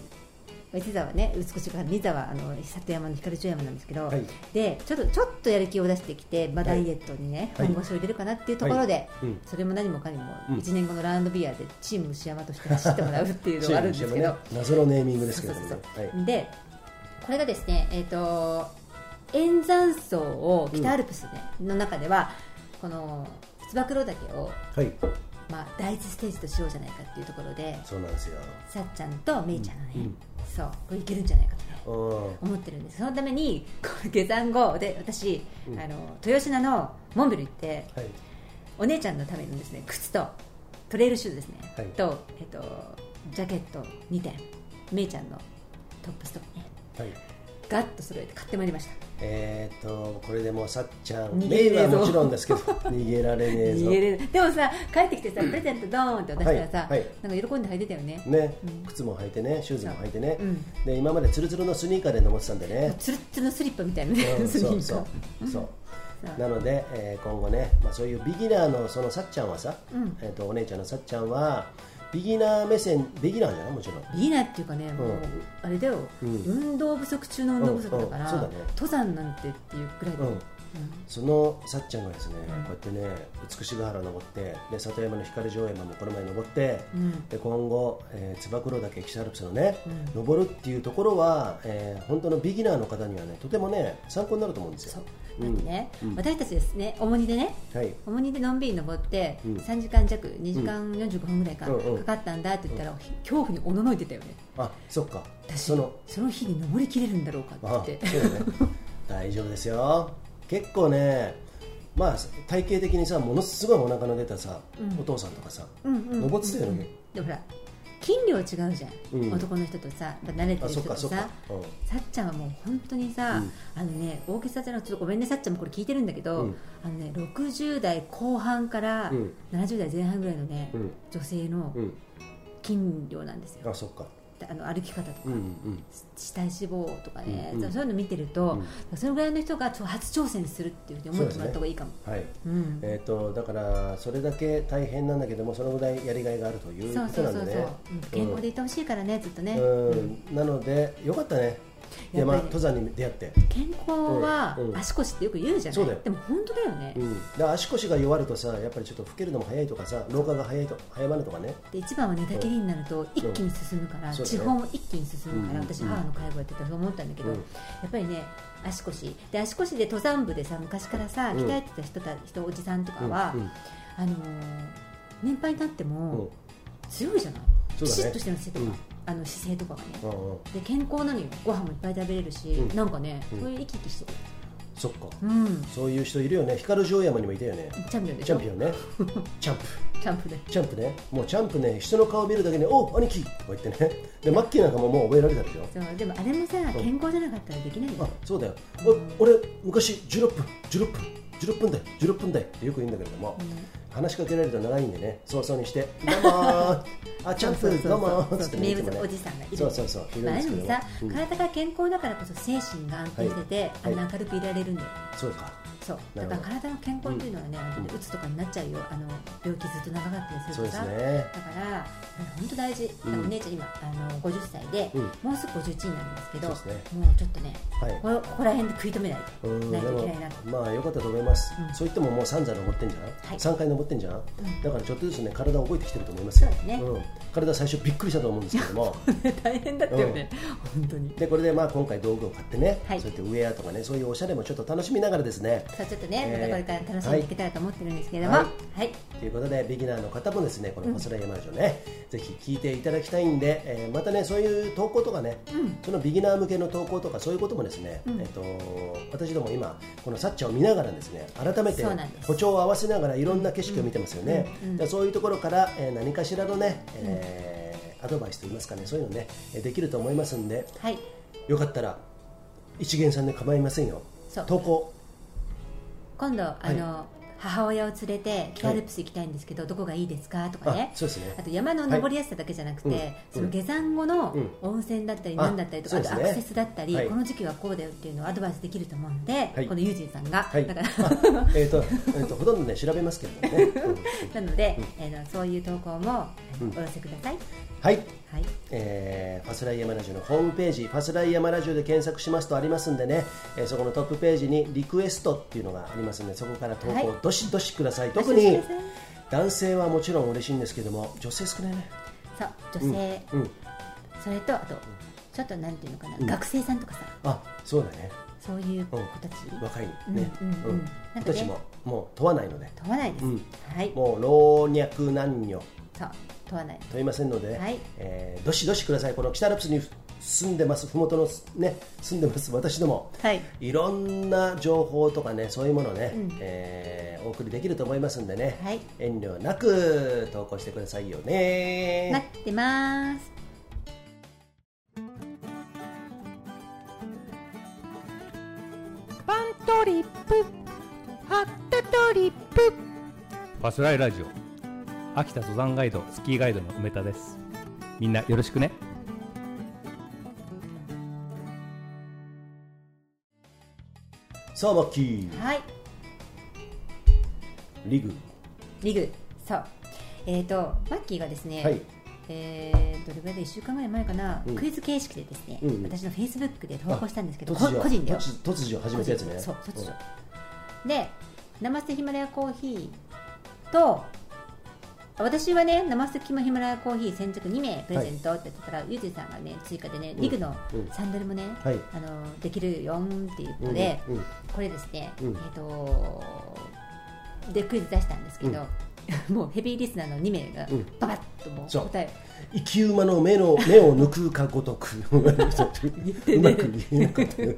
Speaker 3: 1座はね美しく2座はあの里山の光城山なんですけど、
Speaker 1: はい
Speaker 3: でちょっとちょっとやる気を出してきて、まあ、ダイエットにね、
Speaker 1: はい
Speaker 3: 本腰を入れるかなっていうところで、
Speaker 1: いうん
Speaker 3: それも何もかにも
Speaker 1: うん
Speaker 3: 1年後のラウンドビアでチーム牛山として走ってもらうっていうのがあるんですけ
Speaker 1: CM
Speaker 3: ど
Speaker 1: ね、謎のネーミングですけ
Speaker 3: そう
Speaker 1: れ
Speaker 3: そ
Speaker 1: ど
Speaker 3: う
Speaker 1: も
Speaker 3: そ
Speaker 1: ね
Speaker 3: う
Speaker 1: はい
Speaker 3: でこれがですねえっ、と円山荘を北アルプス、ねの中ではこのつば九郎岳を
Speaker 1: はい
Speaker 3: まあ、第一ステージとしようじゃないかっていうところで
Speaker 1: そうなんですよ、
Speaker 3: さっちゃんとめいちゃんがね、
Speaker 1: うんうん
Speaker 3: そうこれいけるんじゃないかとね
Speaker 1: うん、
Speaker 3: 思ってるんですそのためにこの下山後で私、
Speaker 1: うん
Speaker 3: あの豊品のモンベル行って
Speaker 1: はい、
Speaker 3: お姉ちゃんのためのですね靴とトレイルシューズですね、
Speaker 1: はい
Speaker 3: と、えっと、ジャケット2点めいちゃんのトップストップね
Speaker 1: はい、
Speaker 3: ガッと揃えて買ってまいりました
Speaker 1: えーっとこれでもうさっちゃん
Speaker 3: 逃げ
Speaker 1: メ
Speaker 3: れねえ
Speaker 1: イ
Speaker 3: ぞ
Speaker 1: はもちろんですけど 逃げられねえぞ
Speaker 3: 逃げれるでもさ帰ってきてさプレゼントドーンって渡したらさ、
Speaker 1: はいはい
Speaker 3: なんか喜んで履いてたよね
Speaker 1: ね
Speaker 3: うん
Speaker 1: 靴も履いてねシューズも履いてね、
Speaker 3: うん
Speaker 1: で今までツルツルのスニーカーで登ってたんでね、
Speaker 3: つるつるの スリッパみたいなね、
Speaker 1: うん
Speaker 3: スニー
Speaker 1: そ
Speaker 3: カ
Speaker 1: うそう
Speaker 3: ー
Speaker 1: そう
Speaker 3: そう
Speaker 1: なので、えー今後ね、まあ、そういうビギナーのそのさっちゃんはさ、
Speaker 3: うん
Speaker 1: えー、とお姉ちゃんのさっちゃんはビギナー目線ビギナーじゃないもちろん
Speaker 3: いいなっていうかね、もうあれだよ、
Speaker 1: うん
Speaker 3: 運動不足中の運動不足だから、
Speaker 1: うんうんそうだね
Speaker 3: 登山なんてっていうくらいで、
Speaker 1: う
Speaker 3: うんん
Speaker 1: そのさっちゃんがですね、
Speaker 3: うん
Speaker 1: こうやってね美しが原登ってで里山の光城山もこの前登って、
Speaker 3: うん
Speaker 1: で今後、えー、つば九郎岳北アルプスのね、
Speaker 3: うん
Speaker 1: 登るっていうところは、えー本当のビギナーの方にはねとてもね参考になると思うんです
Speaker 3: そ
Speaker 1: よ
Speaker 3: うだってね、
Speaker 1: うん
Speaker 3: 私たちですね重荷でね
Speaker 1: はい
Speaker 3: 重荷でのんびり登って
Speaker 1: うん
Speaker 3: 3時間弱2時間45分ぐらいか、
Speaker 1: うんうん
Speaker 3: かかったんだって言ったら、恐怖におののいてたよね
Speaker 1: あそっか
Speaker 3: 私
Speaker 1: そ
Speaker 3: そ
Speaker 1: の
Speaker 3: の日に登りきれるんだろうか
Speaker 1: あ
Speaker 3: っ
Speaker 1: そう
Speaker 3: て
Speaker 1: だ ね大丈夫ですよ結構ねまあ体型的にさものすごいお腹の出たさ、
Speaker 3: うん
Speaker 1: お父さんとかさ、
Speaker 3: うんうん
Speaker 1: 登ってたよね、
Speaker 3: でもほら筋量違うじゃん、
Speaker 1: うん
Speaker 3: 男の人とさ慣れて
Speaker 1: あ
Speaker 3: る
Speaker 1: そ
Speaker 3: 人
Speaker 1: っか
Speaker 3: と
Speaker 1: そ
Speaker 3: さ
Speaker 1: っか
Speaker 3: さ、
Speaker 1: うん
Speaker 3: っちゃんはもう本当にさ、あのね大げさじゃなくてちょっとごめんねさっちゃんもこれ聞いてるんだけど、
Speaker 1: うん
Speaker 3: あのね60代後半から
Speaker 1: うん
Speaker 3: 70代前半ぐらいのね、
Speaker 1: うん
Speaker 3: 女性の
Speaker 1: うん
Speaker 3: 筋量なんですよ、
Speaker 1: あそっか
Speaker 3: あの歩き方とか、
Speaker 1: うんうん
Speaker 3: 死体脂肪とかね、
Speaker 1: うんうん
Speaker 3: そういうの見てると、そのぐらいの人がちょ初挑戦するっていうふうに思ってもらった方がいいかも。
Speaker 1: はい
Speaker 3: うん
Speaker 1: えー、とだからそれだけ大変なんだけどもそのぐらいやりがいがあるという
Speaker 3: そう
Speaker 1: こと
Speaker 3: そう
Speaker 1: なん
Speaker 3: そ
Speaker 1: だ
Speaker 3: うそう、
Speaker 1: ね
Speaker 3: うん健康でいてほしいからね、ずっとね、
Speaker 1: うん、うんなのでよかったね
Speaker 3: やっぱ
Speaker 1: 山
Speaker 3: り
Speaker 1: 登山に出会って、
Speaker 3: 健康は
Speaker 1: うんうん
Speaker 3: 足腰ってよく言うじゃない、
Speaker 1: そうだよ
Speaker 3: でも本当だよね、
Speaker 1: うん、だから足腰が弱るとさやっぱりちょっと老けるのも早いとかさ老化が早いと早まるとかね
Speaker 3: で一番は寝たきりになると一気に進むから、
Speaker 1: そうだね
Speaker 3: 地方も一気に進むから、
Speaker 1: うん
Speaker 3: 私
Speaker 1: うん
Speaker 3: 母の介護やってたと思ったんだけど、
Speaker 1: うん
Speaker 3: やっぱりね足腰で足腰で登山部でさ昔からさ
Speaker 1: うん
Speaker 3: 鍛えてた人た、人おじさんとかは、
Speaker 1: うんうん
Speaker 3: あのー年配になって
Speaker 1: うん
Speaker 3: も強いじゃない、
Speaker 1: そうだね
Speaker 3: ピシッとしてる姿勢とか、あの姿勢とかがね、で健康なのよご飯もいっぱい食べれるし、
Speaker 1: うん
Speaker 3: なんかね、
Speaker 1: うん
Speaker 3: そういう生き生きしてる
Speaker 1: そっか
Speaker 3: うん
Speaker 1: そういう人いるよね光城山にもいたよね
Speaker 3: チャンピオンでし
Speaker 1: チャ
Speaker 3: ょ
Speaker 1: ンピオンねチャンプ
Speaker 3: チャンプで
Speaker 1: チャンプねもうチャンプね人の顔見るだけで「お兄貴!」とか言ってねでマッキーなんかももう覚えられたでしょ
Speaker 3: そうでもあれもさ健康じゃなかったらできない
Speaker 1: あ
Speaker 3: よ
Speaker 1: そうだよお俺昔16分16分16分台16分台ってよく言うんだけれども、話しかけられると長いんでね早々に して「どうもーあチャン
Speaker 3: そうそう
Speaker 1: プ
Speaker 3: そ
Speaker 1: どうも
Speaker 3: う
Speaker 1: ー」っつってね
Speaker 3: 名
Speaker 1: いつもね
Speaker 3: 物おじさんがいる
Speaker 1: そうそうそういる
Speaker 3: ま
Speaker 1: んで
Speaker 3: あです
Speaker 1: け
Speaker 3: も
Speaker 1: ど
Speaker 3: さ、
Speaker 1: うん
Speaker 3: 体が健康だからこそ精神が安定してて、
Speaker 1: は
Speaker 3: あ
Speaker 1: い
Speaker 3: んな明るくいられるんだよ、
Speaker 1: そうか
Speaker 3: そう
Speaker 1: な
Speaker 3: だ
Speaker 1: る
Speaker 3: か
Speaker 1: ほ
Speaker 3: ら
Speaker 1: ど
Speaker 3: 体の健康っていうのはね、あのうつとかになっちゃうよあの病気ずっと長かったりす
Speaker 1: そ
Speaker 3: る
Speaker 1: うで
Speaker 3: とさ
Speaker 1: すね
Speaker 3: だから本当大事、あ
Speaker 1: うん
Speaker 3: のお姉ちゃん今あの50歳で、
Speaker 1: うん
Speaker 3: もうすぐ51になるんですけど
Speaker 1: そうです
Speaker 3: もうちょっとね
Speaker 1: はい
Speaker 3: これここら辺で食い止めないと
Speaker 1: うん
Speaker 3: な
Speaker 1: で
Speaker 3: いといけないなと
Speaker 1: もまあ良かったと思います、
Speaker 3: うん
Speaker 1: そう言ってももう3座登ってんじゃん、
Speaker 3: はい
Speaker 1: 3回登ってんじゃん、だからちょっとずつね体覚えてきてると思いますよ
Speaker 3: そうだね
Speaker 1: ん、体最初びっくりしたと思うんですけど も
Speaker 3: 大変だったよね、本当に
Speaker 1: でこれでまあ今回道具を買ってね、
Speaker 3: はい
Speaker 1: そうやってウェアとかねそういうおしゃれもちょっと楽しみながらですね
Speaker 3: さあちょっとね、
Speaker 1: えー
Speaker 3: またこれから楽しんでいけたらと思ってるんですけれども、
Speaker 1: は
Speaker 3: はいい、
Speaker 1: ということでビギナーの方もですねこの「こすら山ラジオね」ぜひ聞いていただきたいんで、えーまたねそういう投稿とかね、そのビギナー向けの投稿とかそういうこともですね、えっと私ども今このサッチャーを見ながらですね改めて
Speaker 3: そうなんです
Speaker 1: 歩調を合わせながらいろんな景色を見てますよね、だからそういうところから、えー何かしらのね、えーアドバイスといいますかねそういうのねえーできると思いますんで
Speaker 3: はい、
Speaker 1: よかったら一元さんで構いませんよ
Speaker 3: そう
Speaker 1: 投稿
Speaker 3: 今度あの、母親を連れて北
Speaker 1: は
Speaker 3: ア
Speaker 1: い
Speaker 3: ルプス行きたいんですけど、どこがいいですかとかね
Speaker 1: あそうですね
Speaker 3: あと山の登りやすさだけじゃなくて、
Speaker 1: はいうん
Speaker 3: その下山後の
Speaker 1: うん
Speaker 3: 温泉だったり
Speaker 1: あ
Speaker 3: 何だったりとか、
Speaker 1: そう
Speaker 3: あ
Speaker 1: です
Speaker 3: とア
Speaker 1: ね
Speaker 3: クセスだったり、
Speaker 1: はい
Speaker 3: この時期はこうだよっていうのをアドバイスできると思うんで、
Speaker 1: はい
Speaker 3: このユージンさんが、
Speaker 1: はい
Speaker 3: だから
Speaker 1: あえっ、と,、えー、とほとんどね調べますけどね、うん
Speaker 3: なので、えーのそういう投稿もお寄せください、
Speaker 1: はい
Speaker 3: はい
Speaker 1: えーファスライヤマラジオのホームページ、ファスライヤマラジオで検索しますとありますんでね、えーそこのトップページにリクエストっていうのがありますんで、そこから投
Speaker 3: はい
Speaker 1: 稿、どしどしください、特
Speaker 3: どしどし
Speaker 1: に
Speaker 3: ください
Speaker 1: 男性はもちろん嬉しいんですけども、女性少ないね、
Speaker 3: そう女性、
Speaker 1: うん、
Speaker 3: それとあとちょっとなんていうのかな、学生さんとかさ
Speaker 1: あそうだね、
Speaker 3: そういう子たち、
Speaker 1: 若いね、
Speaker 3: うんうんうん
Speaker 1: うん
Speaker 3: なん
Speaker 1: 子
Speaker 3: か
Speaker 1: たち
Speaker 3: ね
Speaker 1: ももう問わないので
Speaker 3: 問わないです、
Speaker 1: うん
Speaker 3: はい
Speaker 1: もう老若男女
Speaker 3: さあ問わない
Speaker 1: 問いませんので、
Speaker 3: はい
Speaker 1: えーどしどしくださいこの北アルプスに住んでます麓のね住んでます私ども
Speaker 3: はい
Speaker 1: いろんな情報とかねそういうものをね、
Speaker 3: うん
Speaker 1: えーお送りできると思いますんでね、
Speaker 3: はい
Speaker 1: 遠慮なく投稿してくださいよね
Speaker 3: 待ってます
Speaker 5: パントリップハッタトリップ
Speaker 6: パスライラジオ秋田登山ガイドスキーガイドの梅田ですみんなよろしくね
Speaker 1: さあマッキー
Speaker 3: はい
Speaker 1: リグ
Speaker 3: リグそうえっ、とマッキーがですね、
Speaker 1: はい
Speaker 3: えーどれぐらいで1週間ぐらい前かな、
Speaker 1: うん
Speaker 3: クイズ形式でですね、
Speaker 1: うんうん
Speaker 3: 私のフェイスブックで投稿したんですけど
Speaker 1: 突
Speaker 3: こ
Speaker 1: 如
Speaker 3: 個人だよ
Speaker 1: 突突如始めたやつね
Speaker 3: そう突如、で生瀬ヒマラヤコーヒーと私はね生瀬ヒマラヤコーヒー先着2名プレゼントって言ってたら、ゆずさんがね追加でね、リグの
Speaker 1: うん
Speaker 3: サンダルもね、
Speaker 1: はい
Speaker 3: あのできるよんっていうことで、
Speaker 1: うんうん
Speaker 3: これですね、
Speaker 1: うん
Speaker 3: えっ、とでクイズ出したんですけど、 もうヘビーリスナーの2名が
Speaker 1: うん
Speaker 3: ババッともう
Speaker 1: そう
Speaker 3: 答え
Speaker 1: 生き馬の目の 目を抜くかごとくうまく言えなかった ね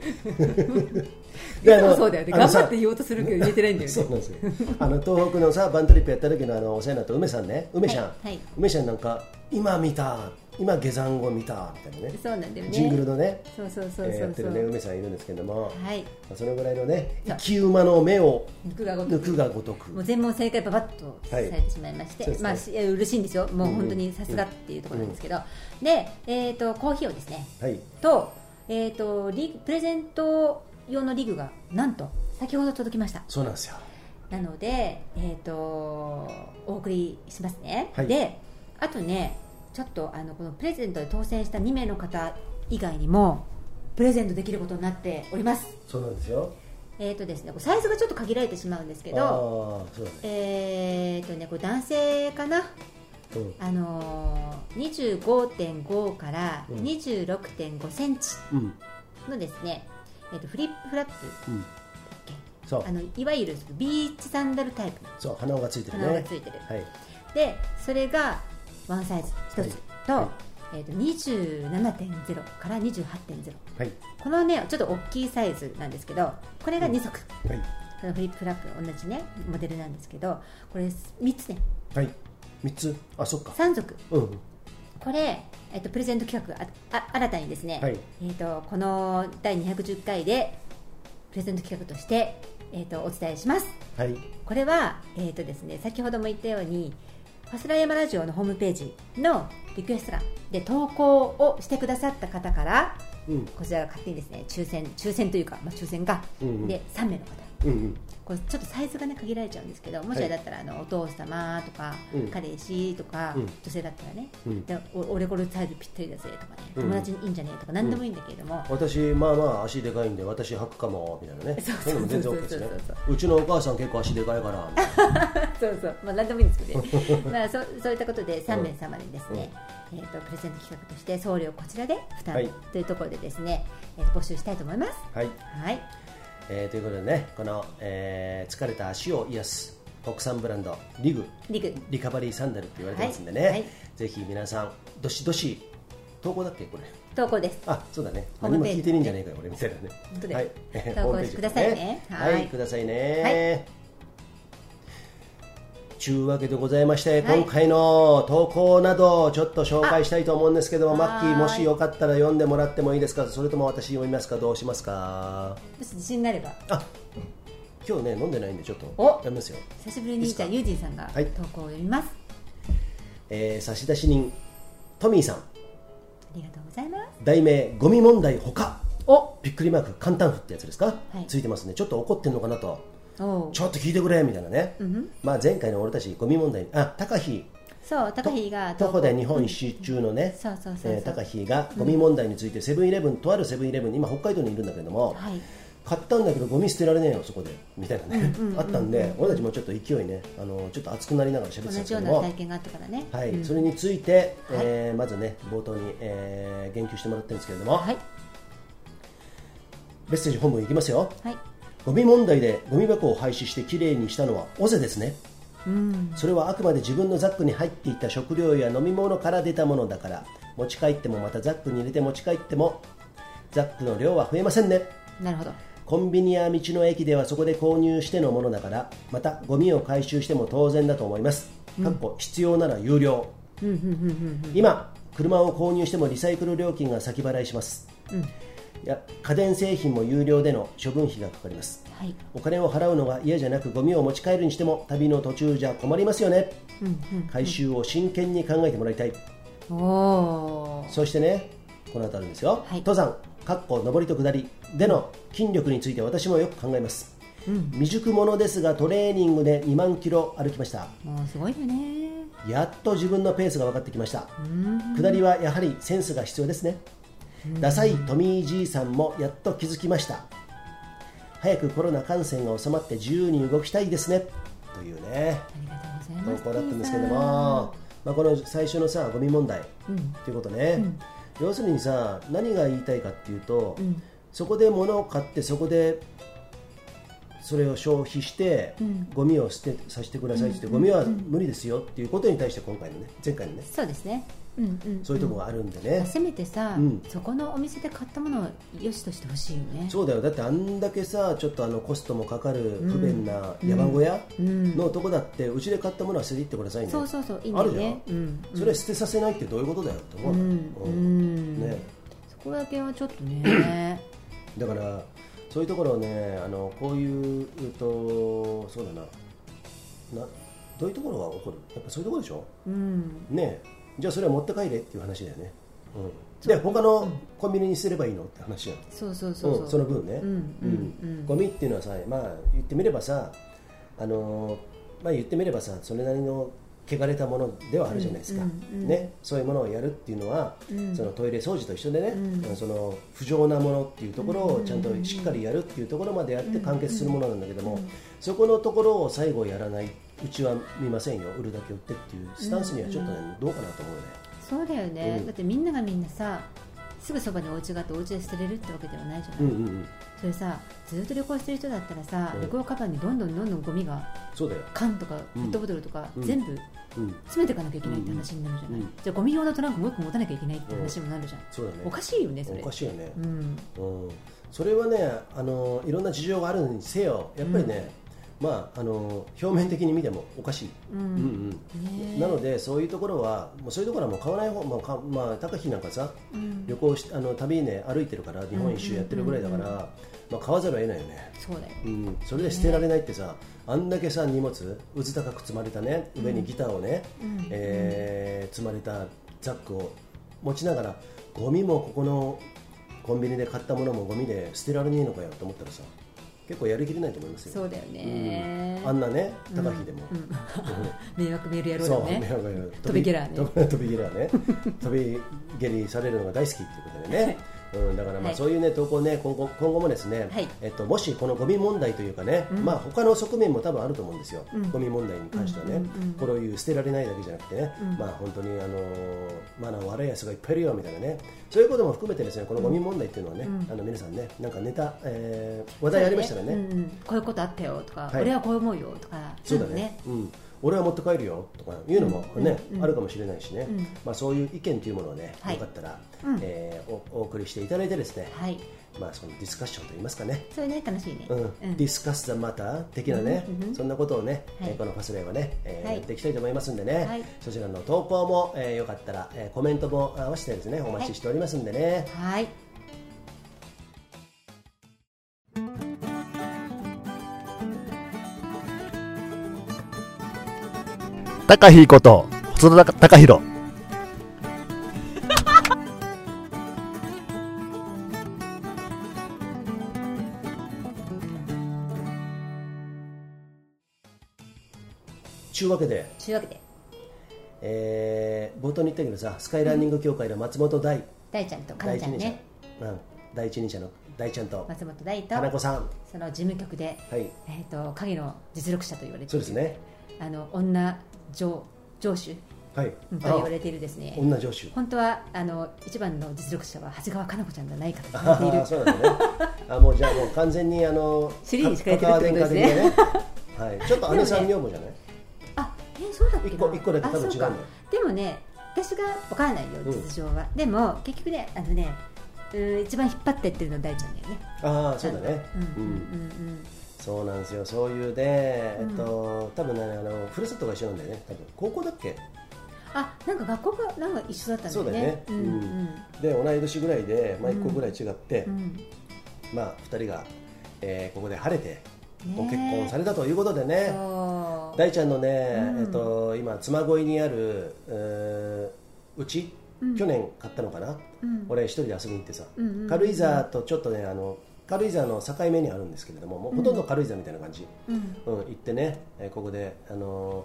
Speaker 3: い
Speaker 1: であ
Speaker 3: つ
Speaker 1: の
Speaker 3: もそうだよね
Speaker 1: あの
Speaker 3: 頑
Speaker 1: さ
Speaker 3: 張って言おうとするけど言えてないんだよ
Speaker 1: そう
Speaker 3: ね
Speaker 1: なんですよ。あの東北のさバントリップやった時のあのお世話になった梅さんね、梅ちゃん、
Speaker 3: はいはい
Speaker 1: 梅ちゃんなんか今見た、今下山後見たみたいなね、
Speaker 3: そうなんだよね
Speaker 1: ジングルのね、
Speaker 3: そうそうそうそうそう、
Speaker 1: えーやってるね梅さんいるんですけども、
Speaker 3: はい
Speaker 1: まあそのぐらいのね
Speaker 3: そう
Speaker 1: 生き馬の目を
Speaker 3: 抜くがごと
Speaker 1: 抜
Speaker 3: く
Speaker 1: くがごと
Speaker 3: もう
Speaker 1: く、
Speaker 3: 全問正解ばばっとされてしまいまして、
Speaker 1: はいそうですね
Speaker 3: まあしいや嬉しいんですよもう本当にさすがっていうところなんですけど、でえっ、とコーヒーをですね
Speaker 1: はい、
Speaker 3: とえっ、とリプレゼント用のリグがなんと先ほど届きました
Speaker 1: そうなんですよ。
Speaker 3: なのでえっ、とお送りしますね、
Speaker 1: はい
Speaker 3: であとねちょっとあのこのプレゼントで当選した2名の方以外にもプレゼントできることになっております
Speaker 1: そうなんですよ。
Speaker 3: えっ、とですねサイズがちょっと限られてしまうんですけ
Speaker 1: ああ
Speaker 3: ど
Speaker 1: ー、そうだね。
Speaker 3: えっ、とねこれ男性かな
Speaker 1: うん
Speaker 3: あのー、25.5から
Speaker 1: うん
Speaker 3: 26.5センチ
Speaker 1: うん
Speaker 3: のですね、えっとフリップフラップ
Speaker 1: うん、そう
Speaker 3: あのいわゆるビーチサンダルタイプ
Speaker 1: そう鼻緒がついてるね。
Speaker 3: 鼻緒がついてる
Speaker 1: はい
Speaker 3: でそれがワンサイズ1つと,、
Speaker 1: は
Speaker 3: えっと27.0から28.0
Speaker 1: はい
Speaker 3: このねちょっと大きいサイズなんですけどこれが2足、
Speaker 1: はい
Speaker 3: このフリップフラップ同じねモデルなんですけどこれ3つね
Speaker 1: はい三つあそっか。
Speaker 3: 3足
Speaker 1: うん
Speaker 3: これ、えっと、プレゼント企画ああ新たにですね、
Speaker 1: はい
Speaker 3: えっとこの第210回でプレゼント企画として、えっとお伝えします
Speaker 1: はい
Speaker 3: これは、えっとですね、先ほども言ったようにファスラヤマラジオのホームページのリクエスト欄で投稿をしてくださった方から
Speaker 1: うん
Speaker 3: こちらが勝手にですね抽選抽選というか、まあ、抽選が、
Speaker 1: うんうん
Speaker 3: で3名の方
Speaker 1: うんうん
Speaker 3: これちょっとサイズがね限られちゃうんですけどもしあれだったら、あのお父様とか、
Speaker 1: うん
Speaker 3: 彼氏とか、
Speaker 1: うん
Speaker 3: 女性だったらね、
Speaker 1: うん
Speaker 3: でお俺これサイズぴったりだぜとかね、
Speaker 1: うん
Speaker 3: 友達にいいんじゃねえとか何でもいいんだけれども、
Speaker 1: 私まあまあ足でかいんで私履くかもみたいなね
Speaker 3: そう
Speaker 1: そういうのも全然 OK ですね
Speaker 3: そうそうそう
Speaker 1: うちのお母さん結構足でかいからみたいな
Speaker 3: そうそうまあ何でもいいんです けどねまあそそういったことで3名様にですね、えー、とプレゼント企画として送料こちらで負担、
Speaker 1: はい
Speaker 3: というところでですね、えーと募集したいと思います
Speaker 1: はい、
Speaker 3: はい
Speaker 1: えーということでねこの、えー疲れた足を癒す国産ブランドリグ
Speaker 3: リグ
Speaker 1: リカバリーサンダルって言われてますんでね、
Speaker 3: はいはい
Speaker 1: ぜひ皆さんどしどし投稿だっけこれ
Speaker 3: 投稿です
Speaker 1: あそうだね
Speaker 3: ホー
Speaker 1: 何
Speaker 3: ム
Speaker 1: も
Speaker 3: ページ
Speaker 1: 聞いてねえんじゃねえかよ俺みたいなね
Speaker 3: 本当だよ
Speaker 1: はい
Speaker 3: 投稿してくださいね
Speaker 1: ホームページとかは
Speaker 3: はいい
Speaker 1: くださいねちゅうわけでございまして、
Speaker 3: はい
Speaker 1: 今回の投稿などちょっと紹介したいと思うんですけども
Speaker 3: あ
Speaker 1: マッキー
Speaker 3: はーい
Speaker 1: もしよかったら読んでもらってもいいですかそれとも私読みますかどうしますか
Speaker 3: もし自信があれば
Speaker 1: あ今日ね飲んでないんでちょっと
Speaker 3: お
Speaker 1: 読みますよ
Speaker 3: 久しぶりにじゃあユージンさんが
Speaker 1: はい
Speaker 3: 投稿を読みます、
Speaker 1: えー差出人トミーさん
Speaker 3: ありがとうございます
Speaker 1: 題名ゴミ問題ほか
Speaker 3: お
Speaker 1: びっくりマーク簡単符ってやつですか、
Speaker 3: はい
Speaker 1: ついてますねちょっと怒ってんのかなと
Speaker 3: おう
Speaker 1: ちょっと聞いてくれみたいなね、
Speaker 3: ん
Speaker 1: まあ、前回の俺たちゴミ問題あ高飛
Speaker 3: そう高飛が
Speaker 1: 徒
Speaker 3: 投稿
Speaker 1: 歩で日本一周中のね、
Speaker 3: そうそうそうそう
Speaker 1: えー高飛がゴミ問題についてセブンイレブンとあるセブンイレブン今北海道にいるんだけれども、
Speaker 3: はい
Speaker 1: 買ったんだけどゴミ捨てられねえよそこでみたいなね、あったんで俺たちもちょっと勢いねあのちょっと熱くなりながら喋ってた
Speaker 3: 同
Speaker 1: んです
Speaker 3: じ
Speaker 1: け
Speaker 3: よう
Speaker 1: ど
Speaker 3: な
Speaker 1: も
Speaker 3: 体験があったからね
Speaker 1: はい
Speaker 3: うん
Speaker 1: それについて、えーまずね冒頭に、えー言及してもらってるんですけれども、
Speaker 3: はい
Speaker 1: メッセージ本文いきますよ
Speaker 3: はい
Speaker 1: ゴミ問題でゴミ箱を廃止してきれいにしたのは尾瀬ですねそれはあくまで自分のザックに入っていた食料や飲み物から出たものだから持ち帰ってもまたザックに入れて持ち帰ってもザックの量は増えませんね
Speaker 3: なるほど
Speaker 1: コンビニや道の駅ではそこで購入してのものだからまたゴミを回収しても当然だと思います、かっこ必要なら有料今車を購入してもリサイクル料金が先払いします、いや家電製品も有料での処分費がかかります
Speaker 3: はい
Speaker 1: お金を払うのが嫌じゃなくゴミを持ち帰るにしても旅の途中じゃ困りますよね、回収を真剣に考えてもらいたい
Speaker 3: おお
Speaker 1: そしてねこの後あるんですよ、
Speaker 3: はい
Speaker 1: 登山かっこ上りと下りでの筋力について私もよく考えます、未熟者ですがトレーニングで2万キロ歩きました
Speaker 3: もうすごいよね
Speaker 1: やっと自分のペースが分かってきました下りはやはりセンスが必要ですねダサいトミーじいさんもやっと気づきました早くコロナ感染が収まって自由に動きたいですねというね
Speaker 3: ありがとうござい
Speaker 1: 投
Speaker 3: ます
Speaker 1: 稿だったんですけども、まあ、この最初のさゴミ問題っていうことね、要するにさ何が言いたいかっていうと、そこで物を買ってそこでそれを消費して、ゴミを捨てさせてくださいって言って、ゴミは無理ですよっていうことに対して今回のね前回のね
Speaker 3: そうですねうんうん
Speaker 1: そういうところがあるんでね、
Speaker 3: せめてさ、
Speaker 1: うん
Speaker 3: そこのお店で買ったものを良しとしてほしいよね
Speaker 1: そうだよだってあんだけさちょっとあのコストもかかる不便な山小屋のとこだってうちで買ったものは捨てていってくださいね、
Speaker 3: そうそうそういいんだよね
Speaker 1: あるじゃん
Speaker 3: うん
Speaker 1: それは捨てさせないってどういうことだよって思うの、う
Speaker 3: う
Speaker 1: んね、
Speaker 3: そこだけはちょっ とね
Speaker 1: だからそういうところをねあのこういううとそうだななどういうところが起こるやっぱそういうところでしょ、
Speaker 3: うん
Speaker 1: ねえじゃあそれは持って帰れっていう話だよね、うん、で他のコンビニにすればいいのって話やん
Speaker 3: そうそうそう
Speaker 1: うん
Speaker 3: そ、
Speaker 1: そうの分ね、
Speaker 3: うん
Speaker 1: うんゴミっていうのはさ、まあ、言ってみればさ、あのーまあ、言ってみればさそれなりの汚れたものではあるじゃないですか、ね、そういうものをやるっていうのは、そのトイレ掃除と一緒でね、あのその不浄なものっていうところをちゃんとしっかりやるっていうところまでやって完結するものなんだけども、そこのところを最後やらないうちは見ませんよ売るだけ売ってっていうスタンスにはちょっとね、どうかなと思うね。
Speaker 3: そうだよね、
Speaker 1: うん
Speaker 3: だってみんながみんなさすぐそばにお家があってお家で捨てれるってわけではないじゃない、
Speaker 1: うんうんうん、
Speaker 3: それさずっと旅行してる人だったらさ、
Speaker 1: うん
Speaker 3: 旅行カバンにどんどんどんどんゴミが
Speaker 1: そうだよ、
Speaker 3: 缶とかペ
Speaker 1: うん
Speaker 3: ットボトルとか、
Speaker 1: うん
Speaker 3: 全部
Speaker 1: うん、
Speaker 3: 詰めていかなきゃいけないって話になるじゃない、
Speaker 1: うん
Speaker 3: じゃあゴミ用のトランクもう一個持たなきゃいけないって話もなるじゃん、
Speaker 1: そうだね
Speaker 3: おかしいよねそれ
Speaker 1: おかしいよね、
Speaker 3: うん
Speaker 1: うん、それはねあのいろんな事情があるにせよやっぱりね、まあ、あの表面的に見てもおかしい、
Speaker 3: う
Speaker 1: うん
Speaker 3: ん
Speaker 1: うん、なのでそういうところはもうそういうところはもう買わない方、まあかまあ、高木なんかさ、旅行しあの旅ね歩いてるから日本一周やってるぐらいだから、まあ、買わざるを得ないよね。
Speaker 3: そうだよ
Speaker 1: うん、それで捨てられないってさ、あんだけさ荷物うず高く積まれたね上にギターをね、えー積まれたザックを持ちながらゴミもここのコンビニで買ったものもゴミで捨てられねえのかよと思ったらさ結構やりきれないと思いますよ
Speaker 3: そうだよね、
Speaker 1: あんなね高飛でも、
Speaker 3: 迷惑メールやろう
Speaker 1: そ
Speaker 3: よ
Speaker 1: う
Speaker 3: ね
Speaker 1: 迷惑や
Speaker 3: 飛びゲラーね
Speaker 1: 飛び飛びゲラーね 飛び蹴りされるのが大好きっていうことでね、うん、だからま
Speaker 3: は
Speaker 1: あ
Speaker 3: い
Speaker 1: そういうね投稿ね今後今後もですね、
Speaker 3: はい
Speaker 1: えっと、もしこのゴミ問題というかね、まあ他の側面も多分あると思うんですよ、ゴミ問題に関してはね、これを言う捨てられないだけじゃなくてね、まあ本当にあのーまあ悪いやつがいっぱいいるよみたいなねそういうことも含めてですねこのゴミ問題っていうのはね、あの皆さんねなんかネタ、えー話題ありましたらね
Speaker 3: うんこういうことあったよとか、
Speaker 1: はい
Speaker 3: 俺はこう思うよとか
Speaker 1: そうだねうん、俺は持って帰るよとかいうのも、ねあるかもしれないしね、まあ、そういう意見というものを、ね
Speaker 3: はい
Speaker 1: よかったら、えーおお送りしていただいてですね、
Speaker 3: はい
Speaker 1: まあ、そのディスカッションといいますかね、
Speaker 3: それね楽しいね、
Speaker 1: うん
Speaker 3: うん
Speaker 1: ディスカス・ザ・マター的なね、そんなことをね、
Speaker 3: はい
Speaker 1: えーこのファスレイはね、えー
Speaker 3: はい
Speaker 1: やっていきたいと思いますんでね、
Speaker 3: はい
Speaker 1: そちらの投稿も、えーよかったら、えーコメントも合わせてですねお待ちしておりますんでね。
Speaker 3: はい
Speaker 7: 高ひこと細田高弘
Speaker 1: ちゅうわけで、
Speaker 3: というわけで
Speaker 1: えー冒頭に言ったけどさスカイランニング協会の松本大、
Speaker 3: 大ちゃんとかな
Speaker 1: 第
Speaker 3: ち
Speaker 1: 一
Speaker 3: ゃん
Speaker 1: 人者、
Speaker 3: ね
Speaker 1: うん、第一人者の大ちゃんと
Speaker 3: 松本大
Speaker 1: 花子
Speaker 3: と
Speaker 1: さん。
Speaker 3: その事務局で、
Speaker 1: はい
Speaker 3: えっと影の実力者と言われてい
Speaker 1: そう
Speaker 3: る
Speaker 1: ですね。
Speaker 3: あの女上上司
Speaker 1: はい
Speaker 3: うんと
Speaker 1: あ
Speaker 3: 言われているですね
Speaker 1: 女上司
Speaker 3: 本当はあの一番の実力者は長谷川かな子ちゃんじゃないかと言わ
Speaker 1: あ
Speaker 3: れて
Speaker 1: ー
Speaker 3: い る
Speaker 1: そうなんだねあもうじゃあもう完全にあの
Speaker 3: 尻に敷かれてるってことですね
Speaker 1: かかわ電化的なねはい、ちょっと姉さん女房じゃない、
Speaker 3: あえそうだっけな
Speaker 1: 一個一個だけ多分
Speaker 3: あ
Speaker 1: 違う
Speaker 3: そ
Speaker 1: んだ
Speaker 3: か
Speaker 1: よ
Speaker 3: でもね私が分からないよ
Speaker 1: うん
Speaker 3: 実情は、でも結局ねあのねうん一番引っ張ってってるのは大ちゃんだよね
Speaker 1: ああそうだね
Speaker 3: うん
Speaker 1: う、
Speaker 3: うんんうん
Speaker 1: そうなんですよそういうで、
Speaker 3: うん
Speaker 1: えっと多分ねあのふるさとが一緒なんだよね多分高校だっけ
Speaker 3: あなんか学校がなんか一緒だったんだよね
Speaker 1: そうだよね
Speaker 3: ん
Speaker 1: で同い年ぐらいで、まあ、1個ぐらい違って、
Speaker 3: うん
Speaker 1: まあ2人が、えーここで晴れて
Speaker 3: うん
Speaker 1: ご結婚さ
Speaker 3: れ
Speaker 1: れたということでね
Speaker 3: そう
Speaker 1: 大ちゃんのね、
Speaker 3: うん
Speaker 1: えっと、今妻恋にあるえーうち、
Speaker 3: うん
Speaker 1: 去年買ったのかな、
Speaker 3: うん
Speaker 1: 俺一人で遊びに行ってさ、
Speaker 3: うんうんうん
Speaker 1: 軽井沢とちょっとねあの軽井沢の境目にあるんですけれどももうほとんど軽井沢みたいな感じ、
Speaker 3: うん
Speaker 1: うん行ってね、えーここで、あの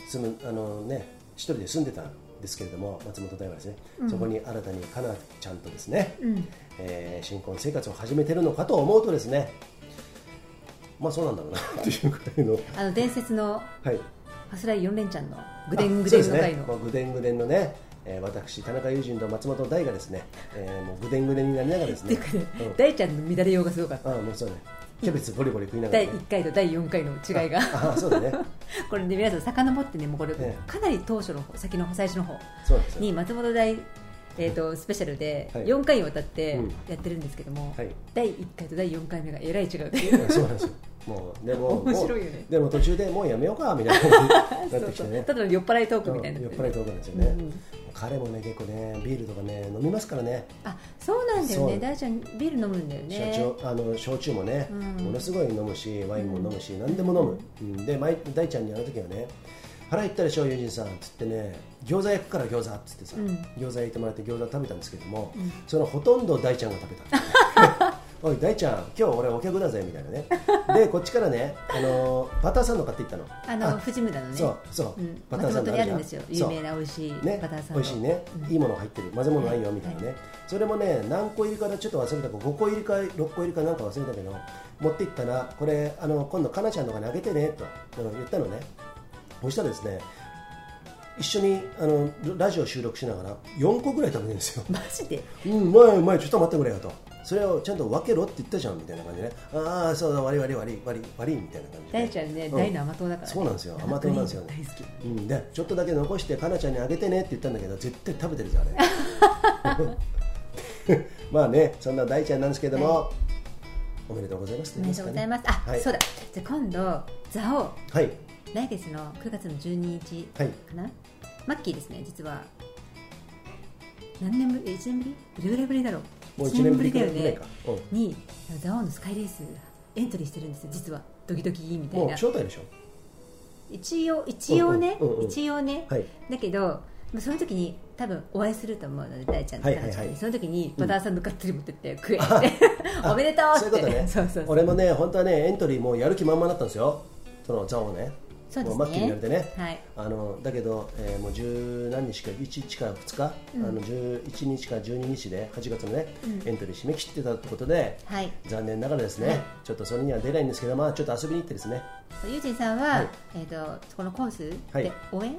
Speaker 1: ー住むあのーね一人で住んでたんですけれども松本大はですね、そこに新たにかなちゃんとですね、
Speaker 3: うん
Speaker 1: えー新婚生活を始めてるのかと思うとですねまあそうなんだろうなっていうくらいの
Speaker 3: あの伝説の
Speaker 1: はい
Speaker 3: ファスライ4連チャンのぐでんぐ
Speaker 1: そうで
Speaker 3: でん
Speaker 1: す
Speaker 3: の回
Speaker 1: ね
Speaker 3: の、
Speaker 1: もうぐでんぐでんのね、えー私田中友人と松本大がですね、えーもうぐでんぐでんになりながらです
Speaker 3: ってい
Speaker 1: ね
Speaker 3: うかね
Speaker 1: うん
Speaker 3: 大ちゃんの乱れようがすごかった
Speaker 1: ああもうそうねキャベツボリボリ食いながら、
Speaker 3: 第
Speaker 1: ね、
Speaker 3: 1回と第4回の違いが
Speaker 1: ああそうだね
Speaker 3: これね皆さん遡ってねもうこれ
Speaker 1: ええ
Speaker 3: かなり当初の方先の方最初の方
Speaker 1: そうなんですよ
Speaker 3: に松本大えー、とスペシャルで
Speaker 1: はい
Speaker 3: 4回にわたって
Speaker 1: うん
Speaker 3: やってるんですけども、
Speaker 1: はい
Speaker 3: 第1回と第4回目がえらい違うっていう
Speaker 1: そうなんですよ。もうでも
Speaker 3: 面白いよね
Speaker 1: もうでも途中でもうやめようかみたいな感じ にな
Speaker 3: そう
Speaker 1: ってき
Speaker 3: そ
Speaker 1: て
Speaker 3: う
Speaker 1: ね。
Speaker 3: ただの酔っ払いトーク
Speaker 1: うん
Speaker 3: みたいな、
Speaker 1: 酔っ払いトークなんですよね、彼もね結構ねビールとかね飲みますからね
Speaker 3: あそうなんだよ
Speaker 1: そう
Speaker 3: ね大ちゃんビール飲むんだよ
Speaker 1: 社
Speaker 3: ね
Speaker 1: 長あの焼酎もね、
Speaker 3: うん
Speaker 1: ものすごい飲むしワインも飲むし、何でも飲む、うん、で毎大ちゃんにあの時はね腹減ったでしょ友人さんっつってね餃子焼くから餃子っつってさ、
Speaker 3: うん
Speaker 1: 餃子焼いてもらって餃子食べたんですけども、
Speaker 3: ん
Speaker 1: そのほとんど大ちゃんが食べた おい大ちゃん今日俺お客だぜみたいなねでこっちからねあのバターサンド買っていったの
Speaker 3: あの藤村のね
Speaker 1: そうそう、
Speaker 3: ん、
Speaker 1: バター
Speaker 3: 松
Speaker 1: サン
Speaker 3: 本
Speaker 1: ド
Speaker 3: にあ
Speaker 1: じ
Speaker 3: るん
Speaker 1: ゃ
Speaker 3: ですよ
Speaker 1: そ
Speaker 3: 有
Speaker 1: う
Speaker 3: 名な美味しい
Speaker 1: ね
Speaker 3: バターサンド
Speaker 1: 美味しいね、
Speaker 3: うん
Speaker 1: いいもの入ってる混ぜ物ないよみたいなね、
Speaker 3: は
Speaker 1: それもね何個入りかなちょっと忘れたか5個入りか6個入りかなんか忘れたけど持って行ったらこれあの今度かなちゃんのからあげてねとあの言ったのねそしたらですね一緒にあのラジオ収録しながら4個ぐらい食べてるんですよ
Speaker 3: マジで
Speaker 1: うん、うまいうまい、ちょっと待ってくれよと。それをちゃんと分けろって言ったじゃんみたいな感じで、ね、ああ、そうだ、悪い悪い悪い悪い悪いみたいな感じで。
Speaker 3: 大ちゃんね
Speaker 1: う
Speaker 3: 大の甘党だからね
Speaker 1: そうなんですよ、甘党なんですよ、
Speaker 3: 生クリーム大好
Speaker 1: うん、で、ちょっとだけ残して、かなちゃんにあげてねって言ったんだけど、絶対食べてるぞ、あ れ。まあね、そんな大ちゃんなんですけども、おめでとうございます
Speaker 3: おめでとうございます。あ、
Speaker 1: はい
Speaker 3: そうだ。じゃあ今度ザオ
Speaker 1: す。はい、
Speaker 3: 来月の9月の12日
Speaker 1: はい
Speaker 3: かな、マッキーですね実は何年ぶりえ1年ぶりどれぐらいぶりだろう
Speaker 1: もう1年ぶり
Speaker 3: だ
Speaker 1: ぐ
Speaker 3: よ
Speaker 1: らい
Speaker 3: ね
Speaker 1: か。うん
Speaker 3: にザオのスカイレースエントリーしてるんですよ実はドキドキみたい
Speaker 1: もう
Speaker 3: な
Speaker 1: 招待でしょ。
Speaker 3: 一応一応ね、
Speaker 1: うんうんうんうん
Speaker 3: 一応ね、
Speaker 1: はい
Speaker 3: だけどまあその時に多分お会いすると思うので大ちゃんと
Speaker 1: はいはいはい
Speaker 3: 高橋君にその時にバターサンドがっつり持ってって食えって おめでとう
Speaker 1: そういう
Speaker 3: って
Speaker 1: ことね
Speaker 3: そうそうそう
Speaker 1: 俺もね本当はねエントリーもうやる気満々だったんですよその座をね
Speaker 3: そうです
Speaker 1: も
Speaker 3: ね
Speaker 1: う末期になれてね、
Speaker 3: はい
Speaker 1: あのだけど、えーもう十何日か1日か2日、あの11日か12日で8月のね、エントリー締め切ってたってことで、
Speaker 3: はい
Speaker 1: 残念ながらですね、ちょっとそれには出ないんですけどまあちょっと遊びに行ってですね
Speaker 3: ユージンさんは、
Speaker 1: はい
Speaker 3: えー、とそこのコース
Speaker 1: はい
Speaker 3: で応援、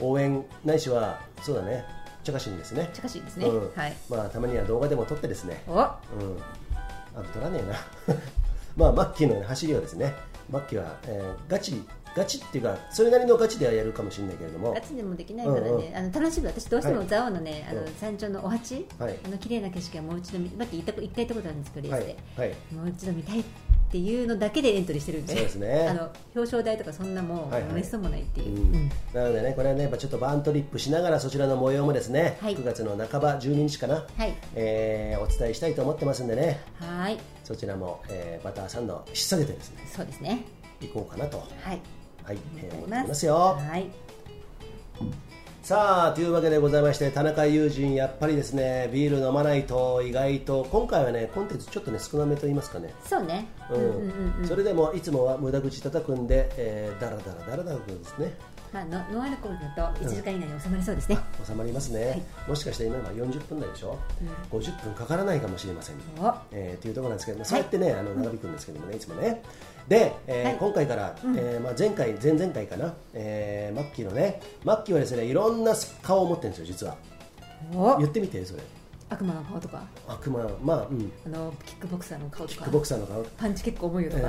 Speaker 1: 応援ないしはそうだね茶菓子にですね
Speaker 3: 茶菓子ですね
Speaker 1: うん
Speaker 3: はい
Speaker 1: まあたまには動画でも撮ってですね
Speaker 3: おは
Speaker 1: うん、あ撮らねえな まあマッキーの、走りはですねマッキーは、えーガチガチっていうかそれなりのガチではやるかもしれないけれども
Speaker 3: ガチでもできないからね、
Speaker 1: うんうん
Speaker 3: あの楽しみ私どうして
Speaker 1: は
Speaker 3: も
Speaker 1: い
Speaker 3: 蔵王のね、あ
Speaker 1: う
Speaker 3: の
Speaker 1: ん
Speaker 3: 山頂のお鉢、
Speaker 1: はい
Speaker 3: あの綺麗な景色はもう一度見さっき行った一回行ったことあるんですけどレ
Speaker 1: はい
Speaker 3: ースで、
Speaker 1: はい
Speaker 3: もう一度見たいっていうのだけでエントリーしてるんで
Speaker 1: そうですね
Speaker 3: あの表彰台とかそんなもう、
Speaker 1: はいはい
Speaker 3: めっそうもないっていうう、
Speaker 1: んなのでねこれはねやっぱちょっとバーントリップしながらそちらの模様もですね、
Speaker 3: はい
Speaker 1: 9月の半ば12日かな、
Speaker 3: はい
Speaker 1: えーお伝えしたいと思ってますんでね
Speaker 3: はーい
Speaker 1: そちらも、えーバターサンド引っ提げてですね
Speaker 3: そうですね
Speaker 1: 行こうかなと、は
Speaker 3: はい
Speaker 1: いえー思っ
Speaker 3: 思い
Speaker 1: ておりますよ
Speaker 3: はい
Speaker 1: さあというわけでございまして田中友人やっぱりですねビール飲まないと意外と今回はねコンテンツちょっとね少なめと言いますかね
Speaker 3: そうね、
Speaker 1: うんそれでもいつもは無駄口叩くんで、えー、だらだらだらだらとですね、
Speaker 3: まあ、ノノンアルコールだと1時間以内に収まりそうですね、
Speaker 1: 収まりますね、もしかして今のは40分台でしょ、50分かからないかもしれません、
Speaker 3: おは
Speaker 1: えー、というところなんですけども、そうやってね、あの長引くんですけどもね、いつもね。で、えー
Speaker 3: はい
Speaker 1: 今回から、えーまあ、前回、前々回かな、えーマッキーのね、マッキーはですね、いろんな顔を持ってるんですよ、実は。
Speaker 3: お
Speaker 1: 言ってみて、それ。
Speaker 3: 悪魔の顔とか
Speaker 1: 悪魔、まあ、うん、
Speaker 3: あのキックボクサーの顔と
Speaker 1: キ
Speaker 3: か
Speaker 1: ックボクサーの顔。
Speaker 3: パンチ結構重いよとか、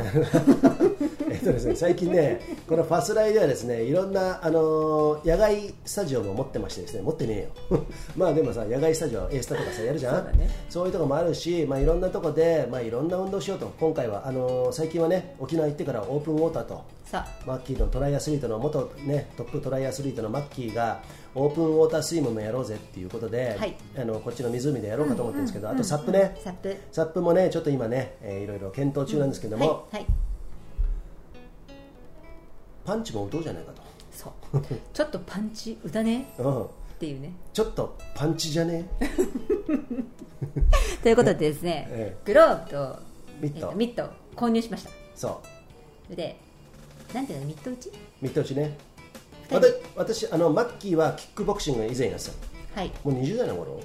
Speaker 1: えっとですね、最近ね、このファスライではですね、いろんな、あのー野外スタジオも持ってましてですね、持ってねえよ。 まあでもさ、野外スタジオ、エースタとかさ、やるじゃん。
Speaker 3: そうだね
Speaker 1: そういうとこもあるし、まあ、いろんなとこで、まあ、いろんな運動しようと、今回は、あのー最近はね、沖縄行ってからオープンウォーターと、
Speaker 3: さあ
Speaker 1: マッキーのトライアスリートの元、ね、トップトライアスリートのマッキーが、オープンウォータースイムもやろうぜっていうことで、
Speaker 3: はい
Speaker 1: あのこっちの湖でやろうかと思ってるんですけど、あとサップね、
Speaker 3: サップ
Speaker 1: サップもね、ちょっと今ね、えーいろいろ検討中なんですけども、
Speaker 3: はいはい
Speaker 1: パンチも打とうじゃないかと。
Speaker 3: そうちょっとパンチうだね
Speaker 1: うん
Speaker 3: っていうね
Speaker 1: ちょっとパンチじゃ ね
Speaker 3: ということでですね、
Speaker 1: ええ
Speaker 3: グローブと
Speaker 1: ミット
Speaker 3: えっとミットを購入しました
Speaker 1: そ
Speaker 3: それでなんていうのミット打ち
Speaker 1: う見通しね
Speaker 3: 二人
Speaker 1: 私私あのマッキーはキックボクシング以前やってた
Speaker 3: はい
Speaker 1: もう20代の頃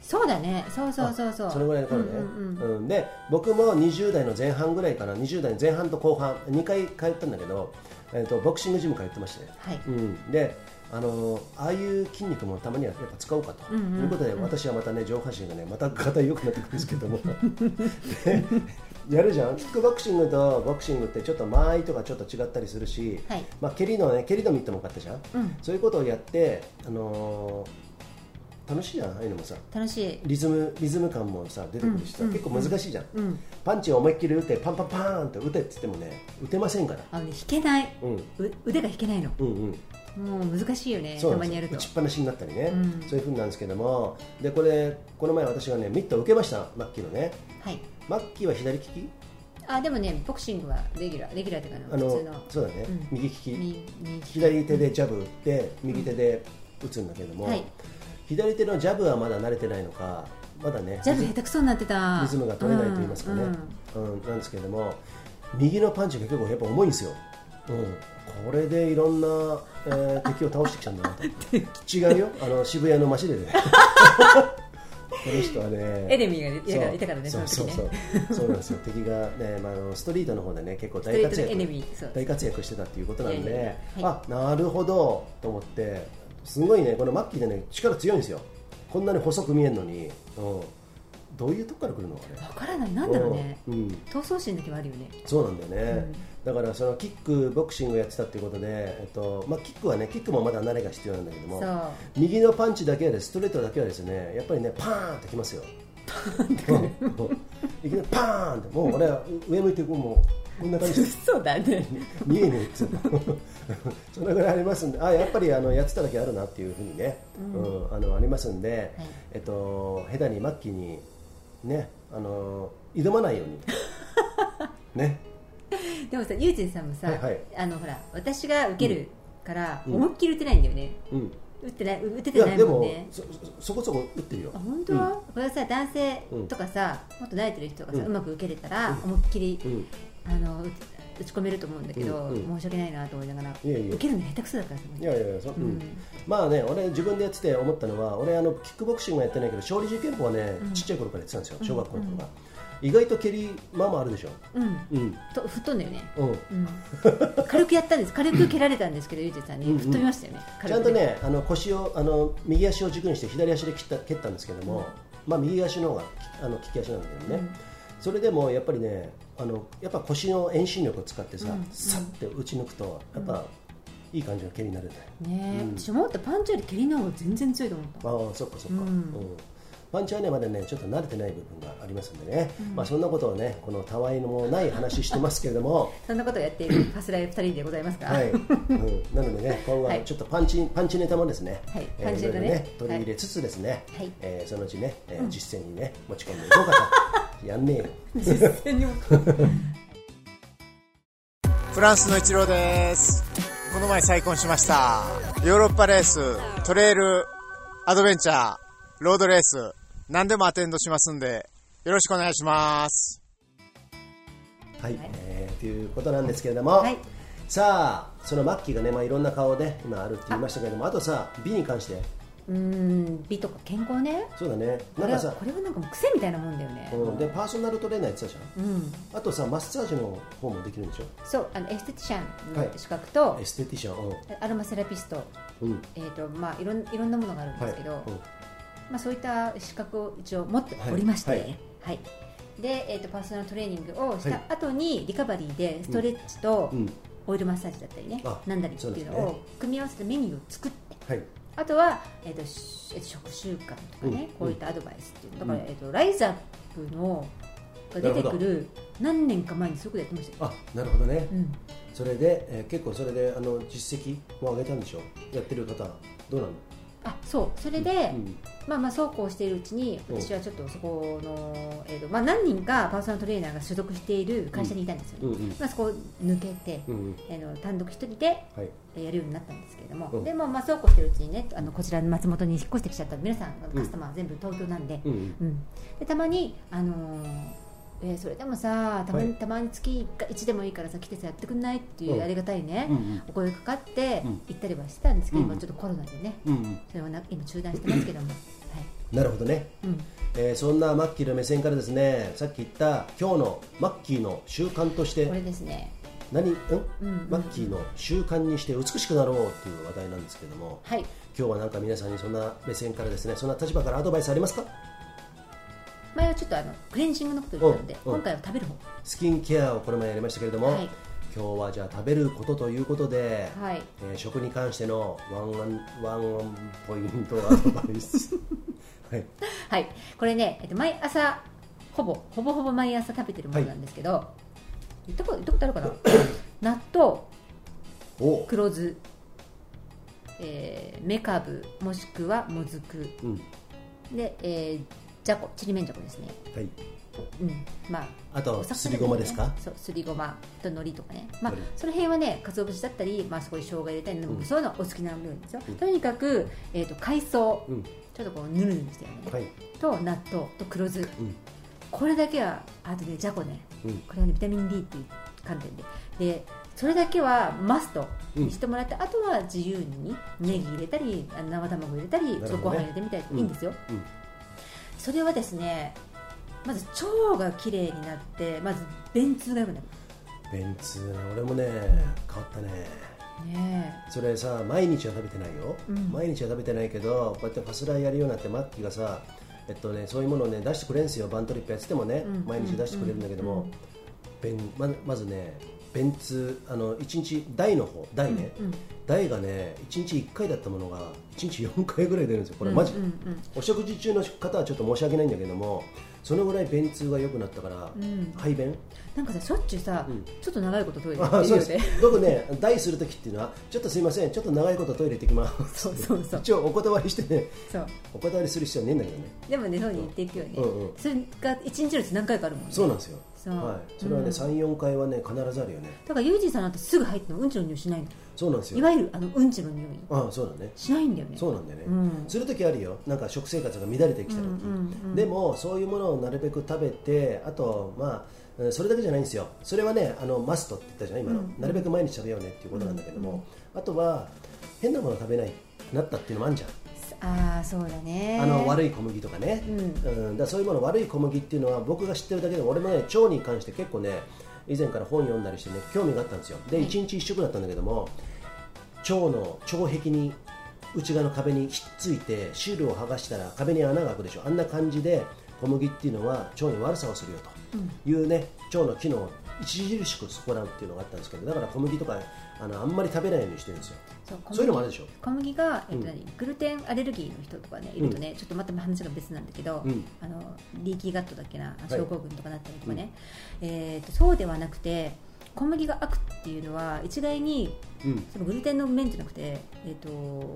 Speaker 3: そうだねそうそうそうそう
Speaker 1: それぐらいの頃ね、う
Speaker 3: うんんうんうん
Speaker 1: で僕も20代の前半ぐらいかな20代の前半と後半2回通ったんだけど、えっとボクシングジム通ってまして、
Speaker 3: はい
Speaker 1: うん、であのーああいう筋肉もたまにはやっぱ使おうかと、
Speaker 3: うんうん
Speaker 1: ということで私はまたね上半身がねまた肩良くなってくるんですけどもでやるじゃんキックボクシングとボクシングってちょっと間合いとかちょっと違ったりするし、
Speaker 3: はい
Speaker 1: まあ、蹴りのね蹴りのミットも買ったじゃん、
Speaker 3: うん
Speaker 1: そういうことをやって、あのー楽しいじゃんああいうのもさ
Speaker 3: 楽しい
Speaker 1: リズムリズム感もさ出てくるしさ、
Speaker 3: うんうん
Speaker 1: 結構難しいじゃん、
Speaker 3: うん
Speaker 1: パンチを思いっきり打ってパンパンパーンって打てって言ってもね打てませんから、
Speaker 3: あのね引けない
Speaker 1: うん、
Speaker 3: う腕が引けないの
Speaker 1: うんうん
Speaker 3: もう難しいよね
Speaker 1: そ
Speaker 3: た
Speaker 1: うな
Speaker 3: ま
Speaker 1: んで
Speaker 3: に
Speaker 1: す
Speaker 3: やる
Speaker 1: よ
Speaker 3: と
Speaker 1: 打ちっぱなしになったりね、
Speaker 3: うん
Speaker 1: そういうふうなんですけどもでこれこの前私がねミットを受けましたマッキーのね
Speaker 3: はい
Speaker 1: マッキーは左利き
Speaker 3: あでもねボクシングはレギュラーレギュラーっていうか
Speaker 1: あ
Speaker 3: あの普
Speaker 1: の
Speaker 3: 通の
Speaker 1: そうだね、
Speaker 3: うん
Speaker 1: 右利き
Speaker 3: みみ
Speaker 1: 左手でジャブ打って右手で打つんだけども、
Speaker 3: はい
Speaker 1: 左手のジャブはまだ慣れてないのかまだね
Speaker 3: ジャブ下手くそになってた
Speaker 1: リズムが取れないと言いますかね、
Speaker 3: う
Speaker 1: うん
Speaker 3: うん
Speaker 1: んなんですけれども右のパンチが結構やっぱ重いんですよ、うん、これでいろんな、えー敵を倒してきたんだ なと違うよあの渋谷のマシでねこの人はね
Speaker 3: エレミーがいたから
Speaker 1: そう
Speaker 3: いたか
Speaker 1: そ
Speaker 3: らね
Speaker 1: う
Speaker 3: そ
Speaker 1: そ
Speaker 3: の
Speaker 1: う
Speaker 3: 時
Speaker 1: そ
Speaker 3: ね
Speaker 1: うそうなんですよ敵が、ねまあ、あのストリートの方でね結構
Speaker 3: スト
Speaker 1: 大
Speaker 3: レート
Speaker 1: 活
Speaker 3: でエネミ
Speaker 1: 躍
Speaker 3: ーそう
Speaker 1: 大活躍してたっていうことなんで
Speaker 3: いやいやいやは
Speaker 1: あなるほどと思ってすごいねこのマッキーでね力強いんですよこんなに細く見えるのに、うん、どういうとこから来るのかね
Speaker 3: わからないなんだろうね
Speaker 1: うんうん
Speaker 3: 闘争心だけはあるよね
Speaker 1: そうなんだよね、だからそのキックボクシングやってたっていうことで、えっとまあ、キックはねキックもまだ慣れが必要なんだけど
Speaker 3: そ
Speaker 1: も
Speaker 3: う
Speaker 1: 右のパンチだけはねストレートだけはですねやっぱりねパーンってきますようんいきなりパーンってもう俺は上向いてこうもうこんな 感じで
Speaker 3: そうだね
Speaker 1: 見えねえっつうのそれぐらいありますんであやっぱりあのやってただけあるなっていうふうにね、うんあのありますんで、
Speaker 3: はい
Speaker 1: えっと下手に末期にねあの挑まないように ね
Speaker 3: でもさユージンさんもさ、
Speaker 1: はいはい
Speaker 3: あのほら私が受けるから
Speaker 1: うん
Speaker 3: 思いっきり打てないんだよね、
Speaker 1: うん
Speaker 3: 打ってない打て
Speaker 1: い
Speaker 3: て
Speaker 1: や
Speaker 3: ない
Speaker 1: で
Speaker 3: もん
Speaker 1: も
Speaker 3: ね
Speaker 1: そそそこそこ打ってるよ
Speaker 3: あ本当、
Speaker 1: うん
Speaker 3: これはさ男性とかさ、もっと慣れてる人がさ、
Speaker 1: う
Speaker 3: うんまく受けれたら、思いっきり、
Speaker 1: うん
Speaker 3: あの打ち打ち込めると思うんだけど、
Speaker 1: うんうん
Speaker 3: 申し訳ないなと思いながら
Speaker 1: いやいや
Speaker 3: 受けるの下手くそだからさ
Speaker 1: いやいやいやそ、うん
Speaker 3: うん
Speaker 1: まあね俺自分でやってて思ったのは俺あのキックボクシングはやってないけど勝利寺拳法はね、ちっちゃい頃からやってたんですよ小学校の頃が、意外と蹴りまあまああるでしょ
Speaker 3: うん
Speaker 1: うん
Speaker 3: と吹っ飛んだよね、
Speaker 1: うん
Speaker 3: うん、 軽くやったんです軽く蹴られたんですけどユージンさんに、
Speaker 1: うんうん
Speaker 3: 吹っ飛びましたよね
Speaker 1: ち
Speaker 3: 軽
Speaker 1: ゃん
Speaker 3: く
Speaker 1: とねあの腰をあの右足を軸にして左足で切った蹴ったんですけども、まあ、右足の方がきあの利き足なんだけどね、それでもやっぱりねあのやっぱ腰の遠心力を使ってさ、さって打ち抜くとやっぱ、いい感じの蹴りになるんだよ
Speaker 3: ねえ、私思ったパンチより蹴りの方が全然強いと思った
Speaker 1: ああそっかそっか、うんパンチはねまだねちょっと慣れてない部分がありますんでね、まあそんなことをねこのたわいのもない話してますけれども
Speaker 3: そんなことをやってい るファスライ二人でございますか、
Speaker 1: はい、 うん、なのでね今後は
Speaker 3: はい
Speaker 1: ちょっとパンチ、パンチネタもですね、
Speaker 3: はい
Speaker 1: えー
Speaker 3: パンチネタね
Speaker 1: いろいろ取り入れつつですね、
Speaker 3: はい
Speaker 1: えーそのうちね、えー実践にね持ち込んでいこうかとやんねえよ
Speaker 8: フランスのイチローです。この前再婚しました。ヨーロッパレース、トレイル、アドベンチャー、ロードレース、何でもアテンドしますんで、よろしくお願いします。
Speaker 1: はい、えーということなんですけれども、
Speaker 3: はい
Speaker 1: さあそのマッキーがね、まあ、いろんな顔で今あるって言いましたけれどもあとさ美に関して
Speaker 3: うーん美とか健康ね
Speaker 1: そうだね
Speaker 3: こ
Speaker 1: なん
Speaker 3: れ
Speaker 1: か
Speaker 3: は
Speaker 1: さ
Speaker 3: これはなんかもう癖みたいなもんだよね
Speaker 1: うん、でパーソナルトレーナーやってたじゃ
Speaker 3: うん
Speaker 1: んあとさマッサージの方もできるんでしょ
Speaker 3: そうあのエステティシャン
Speaker 1: はい
Speaker 3: の資格と、
Speaker 1: エステティシャン
Speaker 3: アロマセラピスト、
Speaker 1: うん、うん
Speaker 3: えーとまあ、いろんいろんなものがあるんですけど、
Speaker 1: うん
Speaker 3: まあ、そういった資格を一応持っておりまして、
Speaker 1: は
Speaker 3: はいい
Speaker 1: はい
Speaker 3: でえー、とパーソナルトレーニングをし
Speaker 1: は
Speaker 3: た後にリカバリーでストレッチと
Speaker 1: うん
Speaker 3: オイルマッサージだったりね、
Speaker 1: あ
Speaker 3: なんだりっていうの
Speaker 1: そうです
Speaker 3: を組み合わせたメニューを作って
Speaker 1: はい
Speaker 3: あとは、えーとしえーと食習慣とかね、
Speaker 1: うん
Speaker 3: こういったアドバイスっていうだから、
Speaker 1: うん
Speaker 3: えー、とライザップのが出てく
Speaker 1: な
Speaker 3: る何年か前にすごくやってましたよ、
Speaker 1: あなるほどね
Speaker 3: うん、
Speaker 1: それで、えー結構それであの実績を上げたんでしょやってる方どうなの
Speaker 3: あそうそれで、
Speaker 1: うん
Speaker 3: まあ、まあそうこうしているうちに
Speaker 1: うん
Speaker 3: 私はちょっとそこの、えーとまあ、何人かパーソナルトレーナーが所属している会社にいたんですよね、
Speaker 1: うんうん
Speaker 3: まあ、そこを抜けて、
Speaker 1: うんうん
Speaker 3: あの単独一人で
Speaker 1: はい
Speaker 3: えーやるようになったんですけれども、
Speaker 1: うん
Speaker 3: でもまあそうこうしているうちにねあのこちらの松本に引っ越してきちゃった皆さん
Speaker 1: うん
Speaker 3: カスタマーは全部東京なんで,、
Speaker 1: うんうん
Speaker 3: うんでたまに、あのーえーそれでもさたまに,、
Speaker 1: はい
Speaker 3: たまに月1でもいいからさ来てさやってくんないっていううんありがたいね、
Speaker 1: うん
Speaker 3: お声かかって
Speaker 1: うん
Speaker 3: 行ったりはしてたんですけど、
Speaker 1: うん
Speaker 3: 今ちょっとコロナでね
Speaker 1: うんうん
Speaker 3: それはな今中断してますけども、はい
Speaker 1: なるほどね、
Speaker 3: うん
Speaker 1: えーそんなマッキーの目線からですねさっき言った今日のマッキーの習慣として
Speaker 3: これですね
Speaker 1: 何、うん
Speaker 3: うん
Speaker 1: マッキーの習慣にして美しくなろうという話題なんですけども、
Speaker 3: はい
Speaker 1: 今日はなんか皆さんにそんな目線からですねそんな立場からアドバイスありますか
Speaker 3: 前はちょっとあのクレンジングのことを言ったので、
Speaker 1: うんうん
Speaker 3: 今回は食べる方
Speaker 1: スキンケアをこれ前やりましたけれども、
Speaker 3: はい
Speaker 1: 今日はじゃあ食べることということで、
Speaker 3: はい
Speaker 1: えー食に関してのワンワンワンワンポイントアドバイスはい
Speaker 3: はいこれね、えっと、毎朝ほぼほぼほぼ毎朝食べてるものなんですけど、言ったこと言ったことあるかな 納豆
Speaker 1: お
Speaker 3: 黒酢、えー、メカブもしくはもずく
Speaker 1: うん
Speaker 3: で、えー、じゃこちりめんじゃこですね
Speaker 1: はい
Speaker 3: うんまあ
Speaker 1: あと
Speaker 3: お魚
Speaker 1: すりごまですか
Speaker 3: ねそうすりごまと海苔とかね、まあ
Speaker 1: 海苔、
Speaker 3: その辺はね鰹節だったり、まあ、そこに生姜入れたり、
Speaker 1: うん
Speaker 3: そういうのはお好きな料理ですよ、
Speaker 1: うん
Speaker 3: とにかく、えー、と海藻、
Speaker 1: うん
Speaker 3: ちょっとこうぬるぬるしてるね、
Speaker 1: はい
Speaker 3: と納豆と黒酢、
Speaker 1: ん
Speaker 3: これだけはあとねじゃこね、
Speaker 1: うん
Speaker 3: これはねビタミン D っていう観点ででそれだけはマストにしてもらって、あとは自由にネギ入れたりあの生卵入れたり、
Speaker 1: なるほどね
Speaker 3: ちょっとご飯入れてみたりいいんですよ、
Speaker 1: うんうん
Speaker 3: それはですねまず腸が綺麗になってまず便通が良くなる
Speaker 1: 便通ね俺もね変わったね
Speaker 3: ね
Speaker 1: それさ毎日は食べてないよ、
Speaker 3: うん
Speaker 1: 毎日は食べてないけどこうやってパスラーやるようになってマッキーがさえっとねそういうものをね出してくれんすよバントリップやっててもね、
Speaker 3: うん
Speaker 1: 毎日出してくれるんだけど
Speaker 3: うんう
Speaker 1: も
Speaker 3: ん、
Speaker 1: 便ままずね便通あの1日台の方台ね、
Speaker 3: うんうん
Speaker 1: 台がね1日1回だったものが1日4回ぐらい出るんですよこれ
Speaker 3: うん
Speaker 1: マジ、
Speaker 3: うんうん
Speaker 1: お食事中の方はちょっと申し訳ないんだけどもそのぐらい便通が良くなったから、
Speaker 3: ん
Speaker 1: 排便
Speaker 3: なんかさしょっちゅうさ、
Speaker 1: うん
Speaker 3: ちょっと長いことトイレ行って
Speaker 1: あ
Speaker 3: る
Speaker 1: そう
Speaker 3: よ
Speaker 1: で
Speaker 3: ね
Speaker 1: す僕ね、大するときっていうのは、ちょっとすいません、ちょっと長いことトイレ行ってきます、
Speaker 3: そうそうそう
Speaker 1: 一応お断りしてね、
Speaker 3: そう
Speaker 1: お断りする必要はねえんだけどね、
Speaker 3: でもねそういうふうに言っていくよね、
Speaker 1: うんうん
Speaker 3: それが一日のうち何回かあるもんね
Speaker 1: そうなんですよ、
Speaker 3: そう
Speaker 1: はい、それはね、
Speaker 3: うん
Speaker 1: 3、4回はね、必ずあるよね、
Speaker 3: だからユージさんなんてすぐ入ってもうんちの匂いしないの
Speaker 1: そうなんです
Speaker 3: い
Speaker 1: よ、
Speaker 3: わゆるあのうんちの匂い
Speaker 1: あそうだね、
Speaker 3: しないんだよね
Speaker 1: そうなんだよね、
Speaker 3: うん
Speaker 1: するときあるよ、なんか食生活が乱れてきたとき、
Speaker 3: うんうんうん
Speaker 1: でも、そういうものをなるべく食べて、あと、まあ、うんそれだけじゃないんですよ、それはね、あのマストって言ったじゃん、今の、なるべく毎日食べようねっていうことなんだけども、あとは、変なもの食べないなったっていうのもあるじゃん。
Speaker 3: ああそうだね
Speaker 1: あの悪い小麦とかね、う
Speaker 3: うんん
Speaker 1: だからそういうもの悪い小麦っていうのは僕が知ってるだけで俺もね腸に関して結構ね以前から本読んだりしてね興味があったんですよで1日1食だったんだけども腸の腸壁に内側の壁にひっついてシールを剥がしたら壁に穴が開くでしょあんな感じで小麦っていうのは腸に悪さをするよというね、腸の機能を著しく損なうっていうのがあったんですけどだから小麦とかあのあんまり食べないようにしてるんですよ
Speaker 3: そう小麦
Speaker 1: そういうのもあるでしょ
Speaker 3: 小麦が、えっと
Speaker 1: うん
Speaker 3: 何グルテンアレルギーの人とかねいるとね、ちょっとまた話が別なんだけど、
Speaker 1: うん
Speaker 3: あのリーキーガットだっけない症候群とかなったりとかね、えっとそうではなくて小麦が悪っていうのは一概に
Speaker 1: うん
Speaker 3: そのグルテンの面じゃなくて、えっと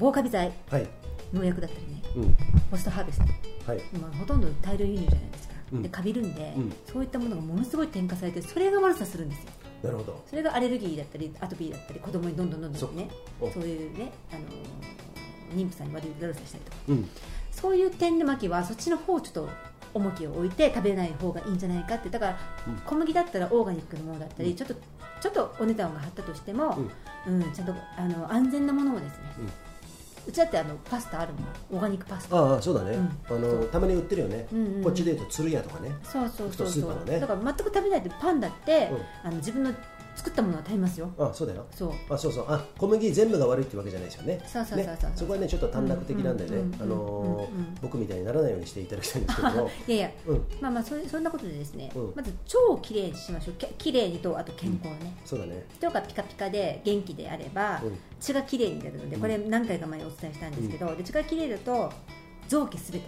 Speaker 3: 防カビ剤
Speaker 1: はい
Speaker 3: 農薬だったりね
Speaker 1: うん
Speaker 3: ポストハーベスト
Speaker 1: はい
Speaker 3: まあ、ほとんど大量輸入じゃないですか、
Speaker 1: うん
Speaker 3: でかびるんで、
Speaker 1: うん
Speaker 3: そういったものがものすごい添加されてそれが悪さするんですよ
Speaker 1: なるほど
Speaker 3: それがアレルギーだったりアトピーだったり子供にどんどんどんどんね
Speaker 1: そ
Speaker 3: そ
Speaker 1: っか
Speaker 3: ういうね、あのー妊婦さんに悪い悪さしたりとか
Speaker 1: うん
Speaker 3: そういう点でマキはそっちの方をちょっと重きを置いて食べない方がいいんじゃないかってだから小麦だったらオーガニックのものだったり、ちょっとちょっとお値段が張ったとしても、うんちゃんとあの安全なものをですね、うちだってあのパスタあるもんオーガニックパスタ
Speaker 1: ああそうだね、
Speaker 3: うん
Speaker 1: あのたまに売ってるよね、
Speaker 3: うんうん
Speaker 1: こっちでいうと鶴屋とかね
Speaker 3: そうそうそう
Speaker 1: スー
Speaker 3: そ
Speaker 1: パーの
Speaker 3: う、
Speaker 1: ね
Speaker 3: だから全く食べないとパンだって、
Speaker 1: う
Speaker 3: あの自分の作ったものは食べますよ
Speaker 1: あそうだよ
Speaker 3: そう
Speaker 1: あそうそうあ小麦全部が悪いってわけじゃないですよね
Speaker 3: そうそうそうそう
Speaker 1: ねそこはねちょっと短絡的なんでね
Speaker 3: うん
Speaker 1: あの
Speaker 3: うんうんうん
Speaker 1: ー僕みたいにならないようにしていただきたいんですけども
Speaker 3: いやいや
Speaker 1: うん
Speaker 3: まあまあそれそんなことでですね、
Speaker 1: うん
Speaker 3: まず超きれいにしましょうききれいにとあと健康ね、
Speaker 1: そうだね
Speaker 3: 人がピカピカで元気であれば、
Speaker 1: うん
Speaker 3: 血がきれいになるのでこれ何回か前にお伝えしたんですけど、で血がきれいだと臓器すべて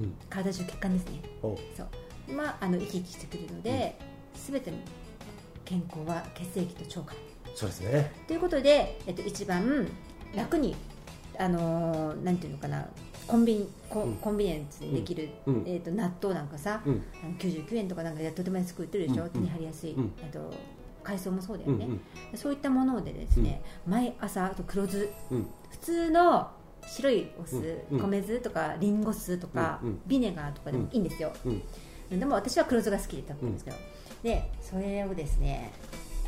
Speaker 1: うん
Speaker 3: 体中血管ですね
Speaker 1: おう
Speaker 3: そうまああの生き生きしてくるので、すべての健康は血液と腸から
Speaker 1: そうですね
Speaker 3: ということで、えっと、一番楽に、あのーなんていうのかなコンビニコ,、
Speaker 1: うん
Speaker 3: コンビニエンスにできる、
Speaker 1: うん
Speaker 3: えっと納豆なんかさ、
Speaker 1: うん
Speaker 3: あの99円とかなんかでとても安く売ってるでしょ、
Speaker 1: うんうん
Speaker 3: 手に入りやすい、
Speaker 1: うん
Speaker 3: あと海藻もそうだ
Speaker 1: う
Speaker 3: よ
Speaker 1: ん
Speaker 3: ね、そういったものでですね、毎朝あと黒酢
Speaker 1: うんうん
Speaker 3: 普通の白いお酢、
Speaker 1: うんうん
Speaker 3: 米酢とかリンゴ酢とか、
Speaker 1: うんうん
Speaker 3: ビネガーとかでもいいんですよ、
Speaker 1: うん
Speaker 3: でも私は黒酢が好きで食べてるんですけど、でそれをですね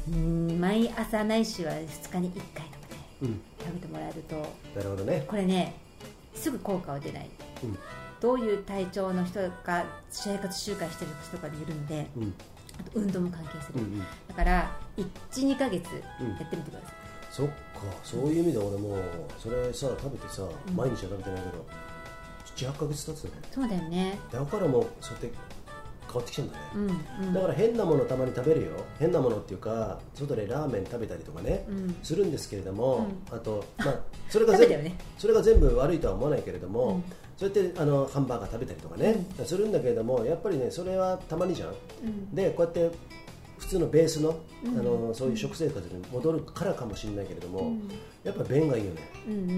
Speaker 3: うーん毎朝ないしは2日に1回とかね
Speaker 1: うん
Speaker 3: 食べてもらえると
Speaker 1: なるほどね
Speaker 3: これねすぐ効果は出ない、
Speaker 1: うん
Speaker 3: どういう体調の人か生活習慣してる人とかによるので
Speaker 1: うん
Speaker 3: あと運動も関係す
Speaker 1: う
Speaker 3: る、
Speaker 1: んうん
Speaker 3: だから12ヶ月
Speaker 1: うん
Speaker 3: やってみてください、
Speaker 1: そっかそういう意味で俺もそれさ食べてさ毎日は食べてないけど78ヶ月経つね
Speaker 3: そうだよね
Speaker 1: だからもうそうやって変わってきてんだね
Speaker 3: うんうん
Speaker 1: だから変なものたまに食べるよ変なものっていうか外でラーメン食べたりとかね、
Speaker 3: うん
Speaker 1: するんですけれども、あと、まあ、それが
Speaker 3: 食
Speaker 1: 全
Speaker 3: べ
Speaker 1: 部
Speaker 3: たよね
Speaker 1: それが全部悪いとは思わないけれども、
Speaker 3: ん
Speaker 1: そうやってあのハンバーガー食べたりとかね、するんだけれどもやっぱりねそれはたまにじゃん、でこうやって普通のベースの,、あのそういう食生活に戻るからかもしれないけれども、やっぱ便がいいよね
Speaker 3: うんうんうんう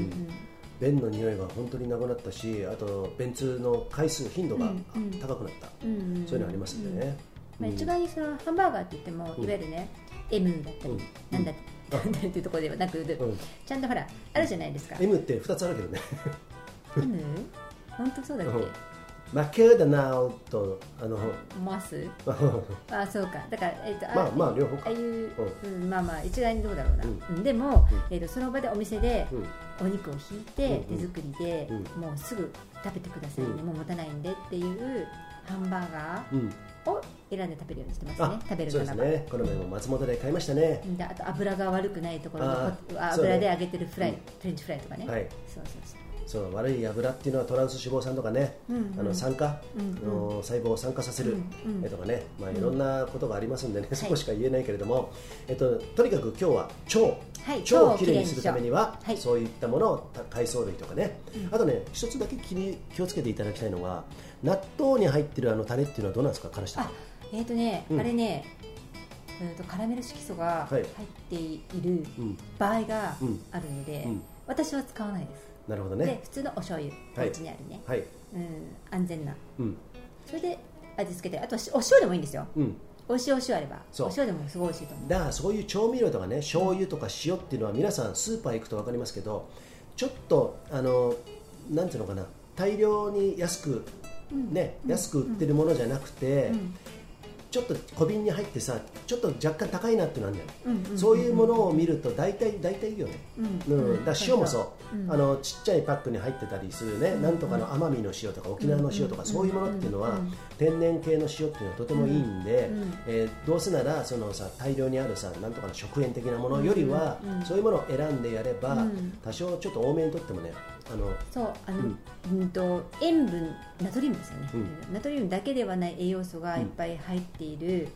Speaker 3: ん
Speaker 1: 便の匂いが本当になくなったしあと便通の回数頻度が高くなった、
Speaker 3: うんうん
Speaker 1: そういうのありますんでね、
Speaker 3: まあ、一概にそのハンバーガーって言っても、
Speaker 1: うん
Speaker 3: いわゆるね M だったり、
Speaker 1: うん
Speaker 3: なんだ なんだっていうところではなく、
Speaker 1: ん
Speaker 3: ちゃんとほらあるじゃないですか、
Speaker 1: M って2つあるけどね
Speaker 3: M? 本当そうだっ
Speaker 1: うん
Speaker 3: け
Speaker 1: マクドナルドあの
Speaker 3: 思わすあそうかだから、えっと
Speaker 1: まあまあ両方
Speaker 3: あ
Speaker 1: か
Speaker 3: あ
Speaker 1: う
Speaker 3: い
Speaker 1: ん
Speaker 3: う、うん、まあまあ一概にどうだろうな、
Speaker 1: うん
Speaker 3: うんでも、えっとその場でお店で
Speaker 1: うん
Speaker 3: お肉を引いて、
Speaker 1: うんうん
Speaker 3: 手作りで、
Speaker 1: う
Speaker 3: もうすぐ食べてくださいね、
Speaker 1: うん
Speaker 3: もう持たないんでっていうハンバーガ
Speaker 1: うん
Speaker 3: ーを選んで食べるようにしてますね
Speaker 1: あ
Speaker 3: 食べる
Speaker 1: そう
Speaker 3: な
Speaker 1: です
Speaker 3: らば、
Speaker 1: ねこの前も松本で買いましたね
Speaker 3: であと油が悪くないところの
Speaker 1: あー
Speaker 3: こあ
Speaker 1: そうね
Speaker 3: 油で揚げてるフライ、
Speaker 1: うん
Speaker 3: フレンチフライとかね、
Speaker 1: はい
Speaker 3: そうそうそ
Speaker 1: そう悪い油っていうのはトランス脂肪酸とかね、
Speaker 3: うんうん
Speaker 1: あの酸化、
Speaker 3: うん
Speaker 1: あの細胞を酸化させる
Speaker 3: うんうん
Speaker 1: えとかね、まあ、いろんなことがありますんでね、
Speaker 3: い
Speaker 1: そこしか言えないけれども、えっと、とにかく今日は腸、
Speaker 3: はい
Speaker 1: 腸をきれいにするためには、
Speaker 3: はい
Speaker 1: そういったものをた海藻類とかね、あとね一つだけ気に気をつけていただきたいのが納豆に入ってるあのタレっていうのはどうなんですかからし
Speaker 3: う
Speaker 1: た
Speaker 3: あえっ、とね、
Speaker 1: うん
Speaker 3: あれねうんとカラメル色素が
Speaker 1: はい
Speaker 3: 入っている
Speaker 1: うん
Speaker 3: 場合が
Speaker 1: うん
Speaker 3: あるので、
Speaker 1: うん
Speaker 3: 私は使わないです、
Speaker 1: なるほど
Speaker 3: で
Speaker 1: ね
Speaker 3: 普通のお醤油
Speaker 1: は
Speaker 3: お
Speaker 1: い
Speaker 3: 家にあるね、
Speaker 1: はい
Speaker 3: うん、安全な
Speaker 1: うん
Speaker 3: それで味付けてあとはしお塩でもいいんですよ
Speaker 1: うん
Speaker 3: 美味しいお塩あれば
Speaker 1: そう
Speaker 3: お塩でもすごい美味しいと思う
Speaker 1: だからそういう調味料とかね醤油とか塩っていうのは皆さんスーパー行くと分かりますけどちょっとあのなんていうのかな大量に安く、ね安く売ってるものじゃなくて、ちょっと小瓶に入ってさちょっと若干高いなっていうのあるんじゃない、そういうものを見ると大体大体いいよね、うんだから塩もそう、あのちっちゃいパックに入ってたりするね、なんとかの奄美の塩とか沖縄の塩とか、そういうものっていうのは、天然系の塩っていうのはとてもいいんで、えーどうせならそのさ大量にあるさなんとかの食塩的なものよりは、そういうものを選んでやれば、多少ちょっと多めにとってもねあの
Speaker 3: そうあの、うん、と塩分ナトリウムですよね、
Speaker 1: う
Speaker 3: ナトリウムだけではない栄養素がいっぱい入っている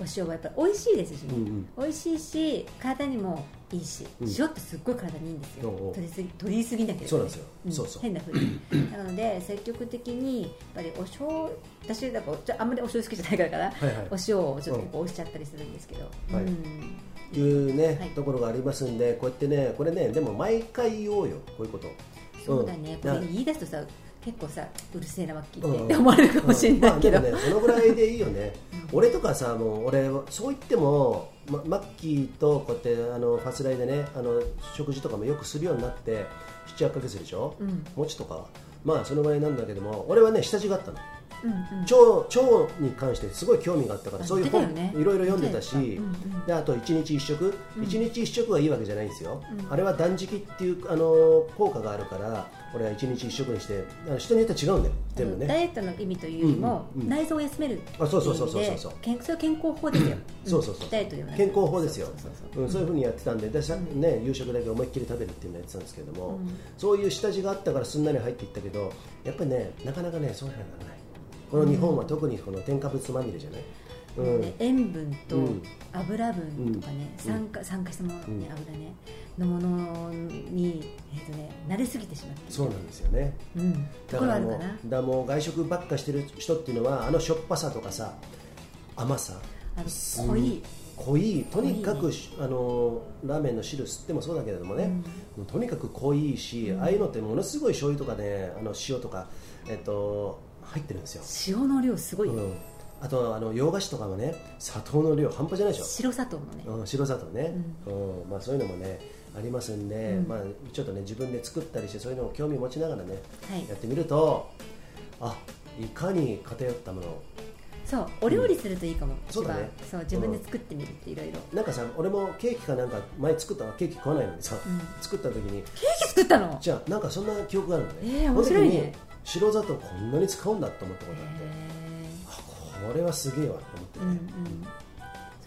Speaker 3: お塩はやっぱり美味しいですし、ね
Speaker 1: うんうん
Speaker 3: 美味しいし体にもいいし、
Speaker 1: ん
Speaker 3: 塩ってすっごい体にいいんですよ、
Speaker 1: おうおう
Speaker 3: 取りすぎ取りすぎなければ、ね、
Speaker 1: そうなんですよそうそう
Speaker 3: 変なふう になので積極的にやっぱりお醤私だからちょあんまりお醤油好きじゃないからかな、
Speaker 1: はいはい
Speaker 3: お塩をちょっとここ押しちゃったりするんですけど、
Speaker 1: はい
Speaker 3: うん
Speaker 1: いうね、
Speaker 3: はい
Speaker 1: ところがありますんでこうやってねこれねでも毎回言おうよこういうこと
Speaker 3: そうだね、
Speaker 1: うん
Speaker 3: これ言い出すとさ結構さうるせえなマッキーって、
Speaker 1: うん
Speaker 3: って思われるかもしれないけど、
Speaker 1: うんまあでもねそのぐらいでいいよね俺とかさもう俺そう言っても、ま、マッキーとこうやってあのファスライでねあの食事とかもよくするようになって78ヶ月でしょ、もちとかはまあそのぐらいなんだけども俺はね下地があったの腸腸に関してすごい興味があったから
Speaker 3: あ
Speaker 1: そういう
Speaker 3: 言
Speaker 1: 本、
Speaker 3: ってたよね
Speaker 1: いろいろ読んでたし、
Speaker 3: 言ってたようんうん
Speaker 1: であと1日1食、一1日1食はいいわけじゃないんですよ、あれは断食っていう、あのー効果があるから俺は1日1食にしてあの人によって違うんだよ全部
Speaker 3: ダ
Speaker 1: ね
Speaker 3: イエットの意味というよりも、
Speaker 1: うんうんうん
Speaker 3: 内臓を休めるってい
Speaker 1: あそうそうそうそう
Speaker 3: 意味で
Speaker 1: そうそう
Speaker 3: 健それは健康法ですよ、ん
Speaker 1: そうそうそう
Speaker 3: ダイエットではなく
Speaker 1: 健康法ですよ
Speaker 3: そうそう
Speaker 1: うんそういうふうにやってたんででさ、ね、夕食だけ思いっきり食べるっていうのをやってたんですけども、そういう下地があったからすんなり入っていったけどやっぱりねなかなかねそういうのはならないこの日本は特にこの添加物まみれじゃない、
Speaker 3: そう
Speaker 1: うん
Speaker 3: で塩分と
Speaker 1: うん
Speaker 3: 油分とかね、
Speaker 1: うん
Speaker 3: 酸化酸化したものね、
Speaker 1: うん
Speaker 3: 油ねのものに、えっとね、慣れすぎてしまって
Speaker 1: そうなんですよね
Speaker 3: う、ん、と
Speaker 1: だ
Speaker 3: こ
Speaker 1: か
Speaker 3: ろあ
Speaker 1: ら
Speaker 3: る
Speaker 1: もう
Speaker 3: か
Speaker 1: だ
Speaker 3: な
Speaker 1: からもう外食ばっかしてる人っていうのはあのしょっぱさとかさ甘さ
Speaker 3: あの
Speaker 1: す
Speaker 3: 濃い
Speaker 1: 濃いとにかくしあのラーメンの汁吸ってもそうだけれどもね、もうとにかく濃いし、ああいうのってものすごい醤油とかねあの塩とか、えっと、入ってるんですよ、
Speaker 3: 塩の量すごい、
Speaker 1: うん、あとあの洋菓子とかもね砂糖の量半端じゃないでしょ
Speaker 3: 白砂糖のね、
Speaker 1: うん、白砂糖ね、うんまあ、そういうのもねありますんで、まあ、ちょっとね自分で作ったりしてそういうのを興味持ちながらね、
Speaker 3: はい
Speaker 1: やってみるとあいかに偏ったもの
Speaker 3: そうお料理するといいかも、
Speaker 1: そうだね
Speaker 3: 一番そう自分で作ってみるっていろいろ
Speaker 1: なんかさ俺もケーキかなんか前作ったわケーキ食わないのにさ、作った時に
Speaker 3: ケーキ作ったの
Speaker 1: じゃあなんかそんな記憶があるのね、
Speaker 3: えー面白いね
Speaker 1: この時に白砂糖こんなに使うんだと思ったことがあって、
Speaker 3: へ
Speaker 1: あこれはすげえわと思って
Speaker 3: ー
Speaker 1: ね、
Speaker 3: うんうん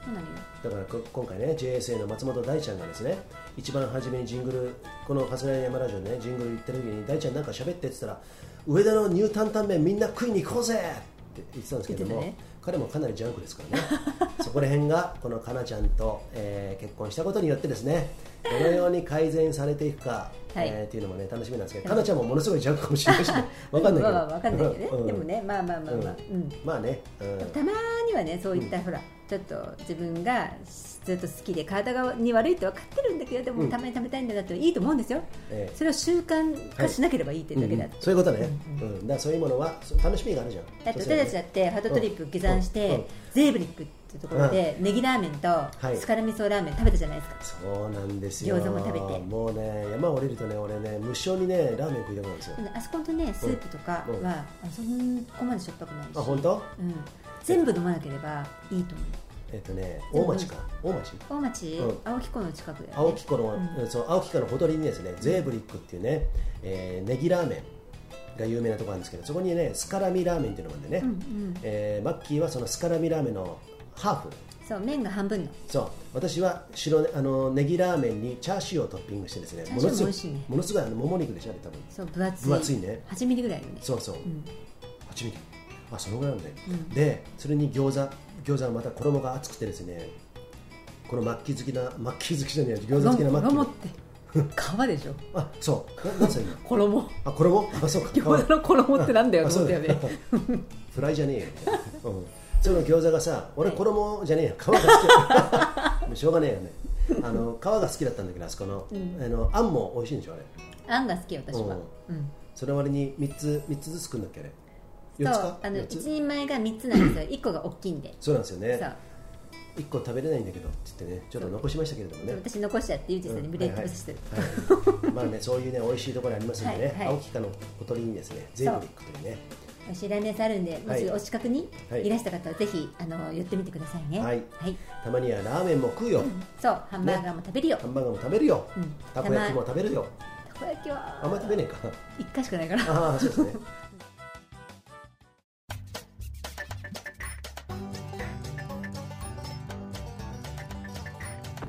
Speaker 3: そうなのよ
Speaker 1: だからこ今回ね JSA の松本大ちゃんがですね一番初めにジングルこの「春日井山ラジオ」ねジングル行った時に大ちゃんなんか喋ってって言ったら上田のニュータンタン麺みんな食いに行こうぜって言ってたんですけども、
Speaker 3: 言ってた
Speaker 1: 彼もかなりジャンクですからね そこら辺がこのかなちゃんと、えー結婚したことによってですねどのように改善されていくか、
Speaker 3: はい
Speaker 1: えーっていうのもね楽しみなんですけどかなちゃんもものすごいジャンクかもしれないし、 ね、わかんないけ
Speaker 3: わ
Speaker 1: ど
Speaker 3: わわかんないけどね、
Speaker 1: うん
Speaker 3: でもねまあまあまあまあ、
Speaker 1: う
Speaker 3: うんん
Speaker 1: まあね、うん
Speaker 3: たまにはねそういった、ほらちょっと自分がずっと好きで体がに悪いって分かってるんだけどでも、
Speaker 1: うん
Speaker 3: たまに食べたいんだなっていいと思うんですよ、
Speaker 1: ええ
Speaker 3: それを習慣化しなければいいっていうだけだって、
Speaker 1: そういうことね、うんだからそういうものはそう楽しみがあるじゃん
Speaker 3: だって私たちだってハートトリップ下山して、
Speaker 1: うんうん
Speaker 3: ゼーブリックっていうところで、ネギラーメンと
Speaker 1: い
Speaker 3: スカル味噌ラーメン食べたじゃないですか、
Speaker 1: そうなんですよ
Speaker 3: 餃子も食べて
Speaker 1: もうね山降りるとね俺ね無性にねラーメン食いたくなるんですよ
Speaker 3: あそこのねスープとか
Speaker 1: うんうん
Speaker 3: は、あそこまでしょっぱくないし
Speaker 1: あ本当
Speaker 3: うん、全部飲まなければいいと思う
Speaker 1: えっとね大町か大町
Speaker 3: 大町、
Speaker 1: うん
Speaker 3: 青木湖の近くだよね
Speaker 1: 青木湖の、そう青木湖のほとりにですねゼーブリックっていうね、えーネギラーメンが有名なところなんですけどそこにねスカラミラーメンっていうのがあってね、えーマッキーはそのスカラミラーメンのハーフ
Speaker 3: そう麺が半分の
Speaker 1: そう私は白ねあのネギラーメンにチャーシューをトッピングしてですね
Speaker 3: チャー
Speaker 1: も
Speaker 3: シュー
Speaker 1: のすごい
Speaker 3: も美味しいね
Speaker 1: ものすごいあのもも肉でしょあれ多分
Speaker 3: そう分厚い
Speaker 1: 分厚いね
Speaker 3: 8ミリぐらいのね
Speaker 1: そうそう、8ミリあそのぐらいなんで、でそれに餃子餃子はまた衣が厚くてですねこの末期好きな末期好きじゃない餃子好きな末
Speaker 3: 衣っ
Speaker 1: 期
Speaker 3: て皮でしょ
Speaker 1: あそうななんすか今
Speaker 3: 衣
Speaker 1: あ衣あそうか
Speaker 3: 餃子の衣ってなんだよ
Speaker 1: あ
Speaker 3: と思ったよね
Speaker 1: そう だフライじゃねえよ、うん、その餃子がさ俺衣じゃねえよ皮が好き もうしょうがねえよねあの皮が好きだったんだけどあそこの,、あのあんも美味しいんでしょあれ
Speaker 3: あんが好きよ私は
Speaker 1: う
Speaker 3: うん
Speaker 1: それ割に3つ三つずつ食うんだっけあれ
Speaker 3: そ
Speaker 1: 4
Speaker 3: う
Speaker 1: つか
Speaker 3: あの
Speaker 1: 四
Speaker 3: 一
Speaker 1: つ
Speaker 3: 人前が3つなんですよ1個が大きいんで
Speaker 1: そうなんですよね
Speaker 3: そう
Speaker 1: 一個食べれないんだけどって言ってねちょっと残しましたけれどもね
Speaker 3: 私残しちゃってゆうじさんに無理やり食べさせてる、
Speaker 1: うんはいはいはいまあねそういうね美味しいところありますんでね、
Speaker 3: はいはい
Speaker 1: 青木かのほとりにですねゼーブリックというね
Speaker 3: 美味しいラーメン屋さんあるんでも
Speaker 1: はい
Speaker 3: しお近くに
Speaker 1: はい
Speaker 3: いらした方はぜひあの寄ってみてくださいね
Speaker 1: はいたまにはラーメンも食うよ、
Speaker 3: そうハンバーガーも食べるよ、
Speaker 1: ハンバーガーも食べるよ、
Speaker 3: うん
Speaker 1: たこ焼きも食べるよ
Speaker 3: たこ焼きは
Speaker 1: あんまり食べねえか
Speaker 3: 1回しかないから
Speaker 1: ああそうですね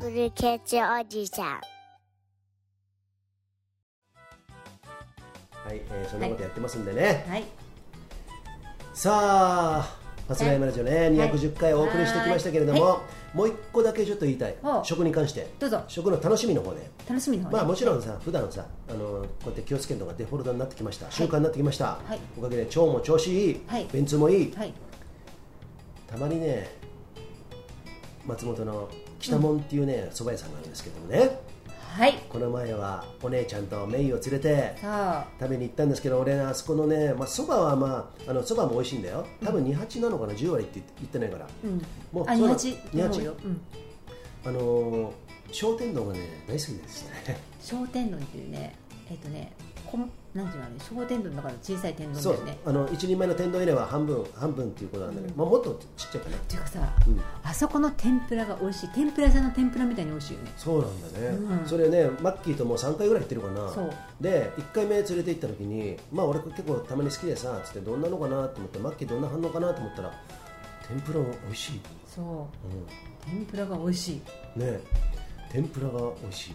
Speaker 9: ブルーケッチおじさん。
Speaker 1: はい、えーそんなことやってますんでね、
Speaker 3: はい
Speaker 1: さあ初台山ラジオね210回お送りしてきましたけれども、もう一個だけちょっと言いたい
Speaker 3: ほう
Speaker 1: 食に関して
Speaker 3: どうぞ
Speaker 1: 食の楽しみの方ね
Speaker 3: 楽しみの方ね
Speaker 1: まあもちろんさ、普段さ、あのこうやって気をつけるのがデフォルトになってきました、習慣になってきました、
Speaker 3: はい
Speaker 1: おかげで腸も調子いい、
Speaker 3: はい
Speaker 1: 便通もいい、
Speaker 3: はい
Speaker 1: たまにね、松本の北門っていうね、蕎麦屋さんがあるんですけどもね、
Speaker 3: はい
Speaker 1: この前はお姉ちゃんとメイを連れて
Speaker 3: さあ
Speaker 1: 食べに行ったんですけど、俺ね、あそこのね、まあ、蕎麦はまあ、あの蕎麦も美味しいんだよ、多分二八なのかな、10割って言ってないから、
Speaker 3: うん
Speaker 1: もう
Speaker 3: あ
Speaker 1: そ
Speaker 3: 二
Speaker 1: うな
Speaker 3: 八
Speaker 1: 二八
Speaker 3: 思うよ、うん、
Speaker 1: あのー商店道がね、大好きですね。
Speaker 3: 商店丼っていうねえっ、とねこんなんていうのあれ小天丼だから小さい天丼だ
Speaker 1: そ
Speaker 3: よ
Speaker 1: う
Speaker 3: ね
Speaker 1: あの一人前の天丼入れは半分半分っていうことなんだけど、まあ、もっとちっちゃいかな
Speaker 3: っていうかさ、
Speaker 1: うん
Speaker 3: あそこの天ぷらが美味しい天ぷら屋さんの天ぷらみたいに美味しいよね
Speaker 1: そうなんだね、
Speaker 3: うん
Speaker 1: それねマッキーともう3回ぐらい行ってるかな
Speaker 3: そう
Speaker 1: で1回目連れて行った時にまあ俺結構たまに好きでさつってどんなのかなと思ってマッキーどんな反応かなと思ったら天ぷらが美味しい、
Speaker 3: そう
Speaker 1: う
Speaker 3: 天ぷらが美味しい
Speaker 1: ん、ね天ぷらが美味しい、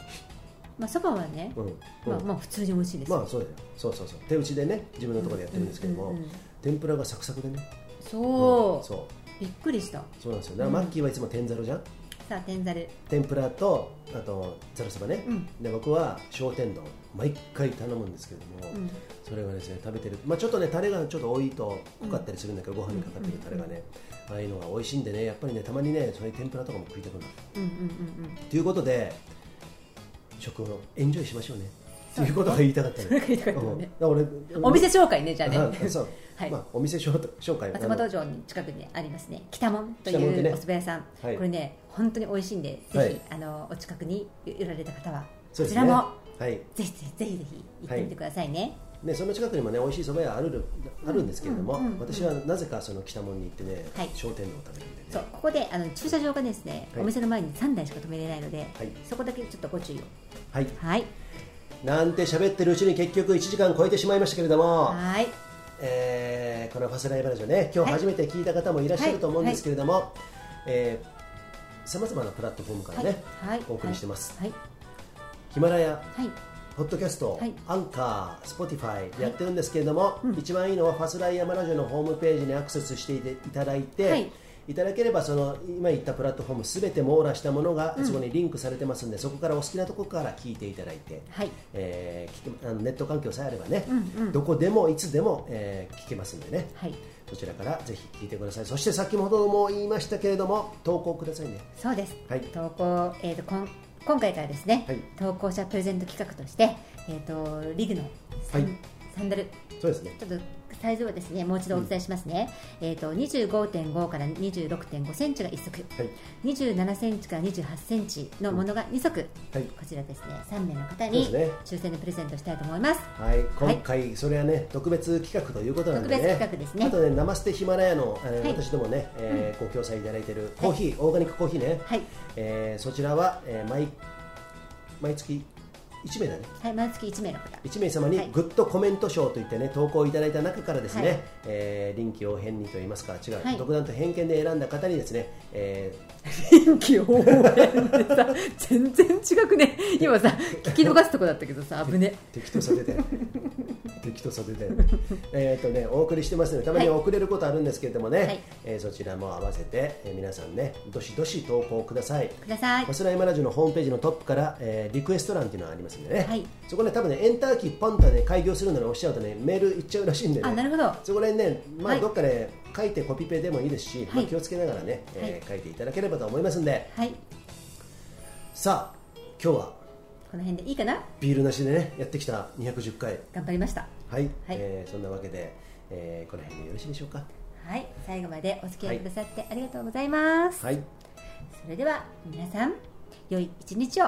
Speaker 3: まあそばはね、
Speaker 1: うんうん
Speaker 3: まあ、まあ普通に美味しいです、
Speaker 1: まあそうだよそうそうそう手打ちでね自分のところでやってるんですけども、
Speaker 3: うんうんうん
Speaker 1: 天ぷらがサクサクでね
Speaker 3: そう,、
Speaker 1: んそう
Speaker 3: びっくりした
Speaker 1: そうなんですよだからマッキーはいつも天ざるじゃん
Speaker 3: さあ天ざる
Speaker 1: 天ぷらとあとざるそばね、
Speaker 3: うん
Speaker 1: で僕は小天丼毎回頼むんですけども、
Speaker 3: うん
Speaker 1: それがですね食べてる、まあ、ちょっとねタレがちょっと多いと濃かったりするんだけど、ご飯にかかってるタレがね、ああいうのが美味しいんでねやっぱりねたまにねそういう天ぷらとかも食いたくなる
Speaker 3: うんうんうんうん
Speaker 1: ということで食をエンジョイしましょうねと
Speaker 3: そう
Speaker 1: いうことが言いたかったの
Speaker 3: それが言いたかったのね
Speaker 1: うんだから俺
Speaker 3: お店紹介ねじゃあね、
Speaker 1: あそう、
Speaker 3: はい
Speaker 1: まあ、お店紹紹介
Speaker 3: 松本城の近くにありますね北門とい
Speaker 1: 北門ってね
Speaker 3: うお蕎麦屋さん、
Speaker 1: はい
Speaker 3: これね本当に美味しいんでぜひ、
Speaker 1: はい
Speaker 3: あのお近くに寄られた方は
Speaker 1: そ
Speaker 3: こ
Speaker 1: うで
Speaker 3: ち
Speaker 1: す
Speaker 3: ら
Speaker 1: ね
Speaker 3: も、
Speaker 1: はい
Speaker 3: ぜひぜひぜひぜひ行ってみてくださいね、
Speaker 1: ね、その近くにもね美味しい蕎麦屋あるあるんですけれども、
Speaker 3: うんうんうん
Speaker 1: 私はなぜかその北門に行ってね、
Speaker 3: はい
Speaker 1: 商店のを食べるんでね
Speaker 3: そうここであの駐車場がですね、
Speaker 1: はい
Speaker 3: お店の前に3台しか止めれないので、
Speaker 1: はい
Speaker 3: そこだけちょっとご注意を
Speaker 1: はい
Speaker 3: はい
Speaker 1: なんて喋ってるうちに結局1時間超えてしまいましたけれども、
Speaker 3: はい
Speaker 1: えーこの「ファスライブラジオね」今日初めて聞いた方もいらっしゃると思うんですけれどもさまざまなプラットフォームからね、
Speaker 3: はい
Speaker 1: お送りしてます、
Speaker 3: はい
Speaker 1: ヒマラヤ
Speaker 3: はい
Speaker 1: ポッドキャスト、
Speaker 3: はい
Speaker 1: アンカー、スポティファイやってるんですけれども、一番いいのはファスライヤマラジオのホームページにアクセスしていただいて、
Speaker 3: はいい、
Speaker 1: ただければその今言ったプラットフォームすべて網羅したものがそこにリンクされてますんで、そこからお好きなところから聞いていただいて、
Speaker 3: はい
Speaker 1: えー聞けあのネット環境さえあればね、
Speaker 3: うんうん
Speaker 1: どこでもいつでも、えー聞けますんでね、
Speaker 3: はい
Speaker 1: そちらからぜひ聞いてください。そして先ほども言いましたけれども投稿くださいね。
Speaker 3: そうです、
Speaker 1: はい
Speaker 3: 投稿、えー、とこん今回からですね、
Speaker 1: はい
Speaker 3: 投稿者プレゼント企画として、えー、とリグのサン,、
Speaker 1: はい
Speaker 3: サンダル
Speaker 1: そうですね。
Speaker 3: ちょっとサイズをですねもう一度お伝えしますね、えっ、と25.5から26.5センチが1足、
Speaker 1: はい
Speaker 3: 27センチから28センチのものが2足、
Speaker 1: はい
Speaker 3: こちらですね3名の方
Speaker 1: そ
Speaker 3: に
Speaker 1: うですね
Speaker 3: 抽選でプレゼントしたいと思います
Speaker 1: はい、今回それはね特別企画ということなんでね。
Speaker 3: 特別企画ですね
Speaker 1: あとね生ステヒマラヤの、えー
Speaker 3: はい
Speaker 1: 私どもね、えーご協賛いただいているコーヒー、オーガニックコーヒーね。
Speaker 3: はい、
Speaker 1: えーそちらは、えー毎毎月一名だね。
Speaker 3: はい、毎月1名の方
Speaker 1: 1名様に
Speaker 3: はい
Speaker 1: グッドコメント賞といってね投稿いただいた中からですね、
Speaker 3: はい
Speaker 1: えー臨機応変にと言いますか違う、
Speaker 3: はい
Speaker 1: 独断と偏見で選んだ方にですね、え
Speaker 3: 臨機応変で さ全然違くね今さ聞き逃すとこだったけどさ危ね
Speaker 1: ー適当さ出て 適当さ出てえっとねお送りしてますのでたまに
Speaker 3: はい
Speaker 1: 遅れることあるんですけれどもね、
Speaker 3: はい
Speaker 1: えーそちらも合わせて、えー皆さんねどしどし投稿ください
Speaker 3: ください
Speaker 1: ファスライマラジオのホームページのトップから、えーリクエスト欄っていうのがありますんでね、
Speaker 3: はい
Speaker 1: そこね多分ねエンターキーポンとね開業するのに押しちゃうとねメールいっちゃうらしいんでね
Speaker 3: あなるほど
Speaker 1: そこら辺ね、ま
Speaker 3: は
Speaker 1: あ、
Speaker 3: い
Speaker 1: どっかで書いてコピペでもいいですし、まあ
Speaker 3: はい
Speaker 1: 気をつけながらね、えー書いていただければと思いますんで、
Speaker 3: はい
Speaker 1: さあ、今日は
Speaker 3: この辺でいいかな
Speaker 1: ビールなしでね、やってきた210回、
Speaker 3: 頑張りました
Speaker 1: はい、
Speaker 3: はい
Speaker 1: えーそんなわけで、えーこの辺でよろしいでしょうか。
Speaker 3: はい最後までお付き合いくださってありがとうございます、
Speaker 1: はい、
Speaker 3: それでは皆さん良い一日を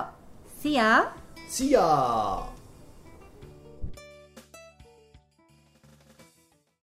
Speaker 3: See ya!
Speaker 1: See ya!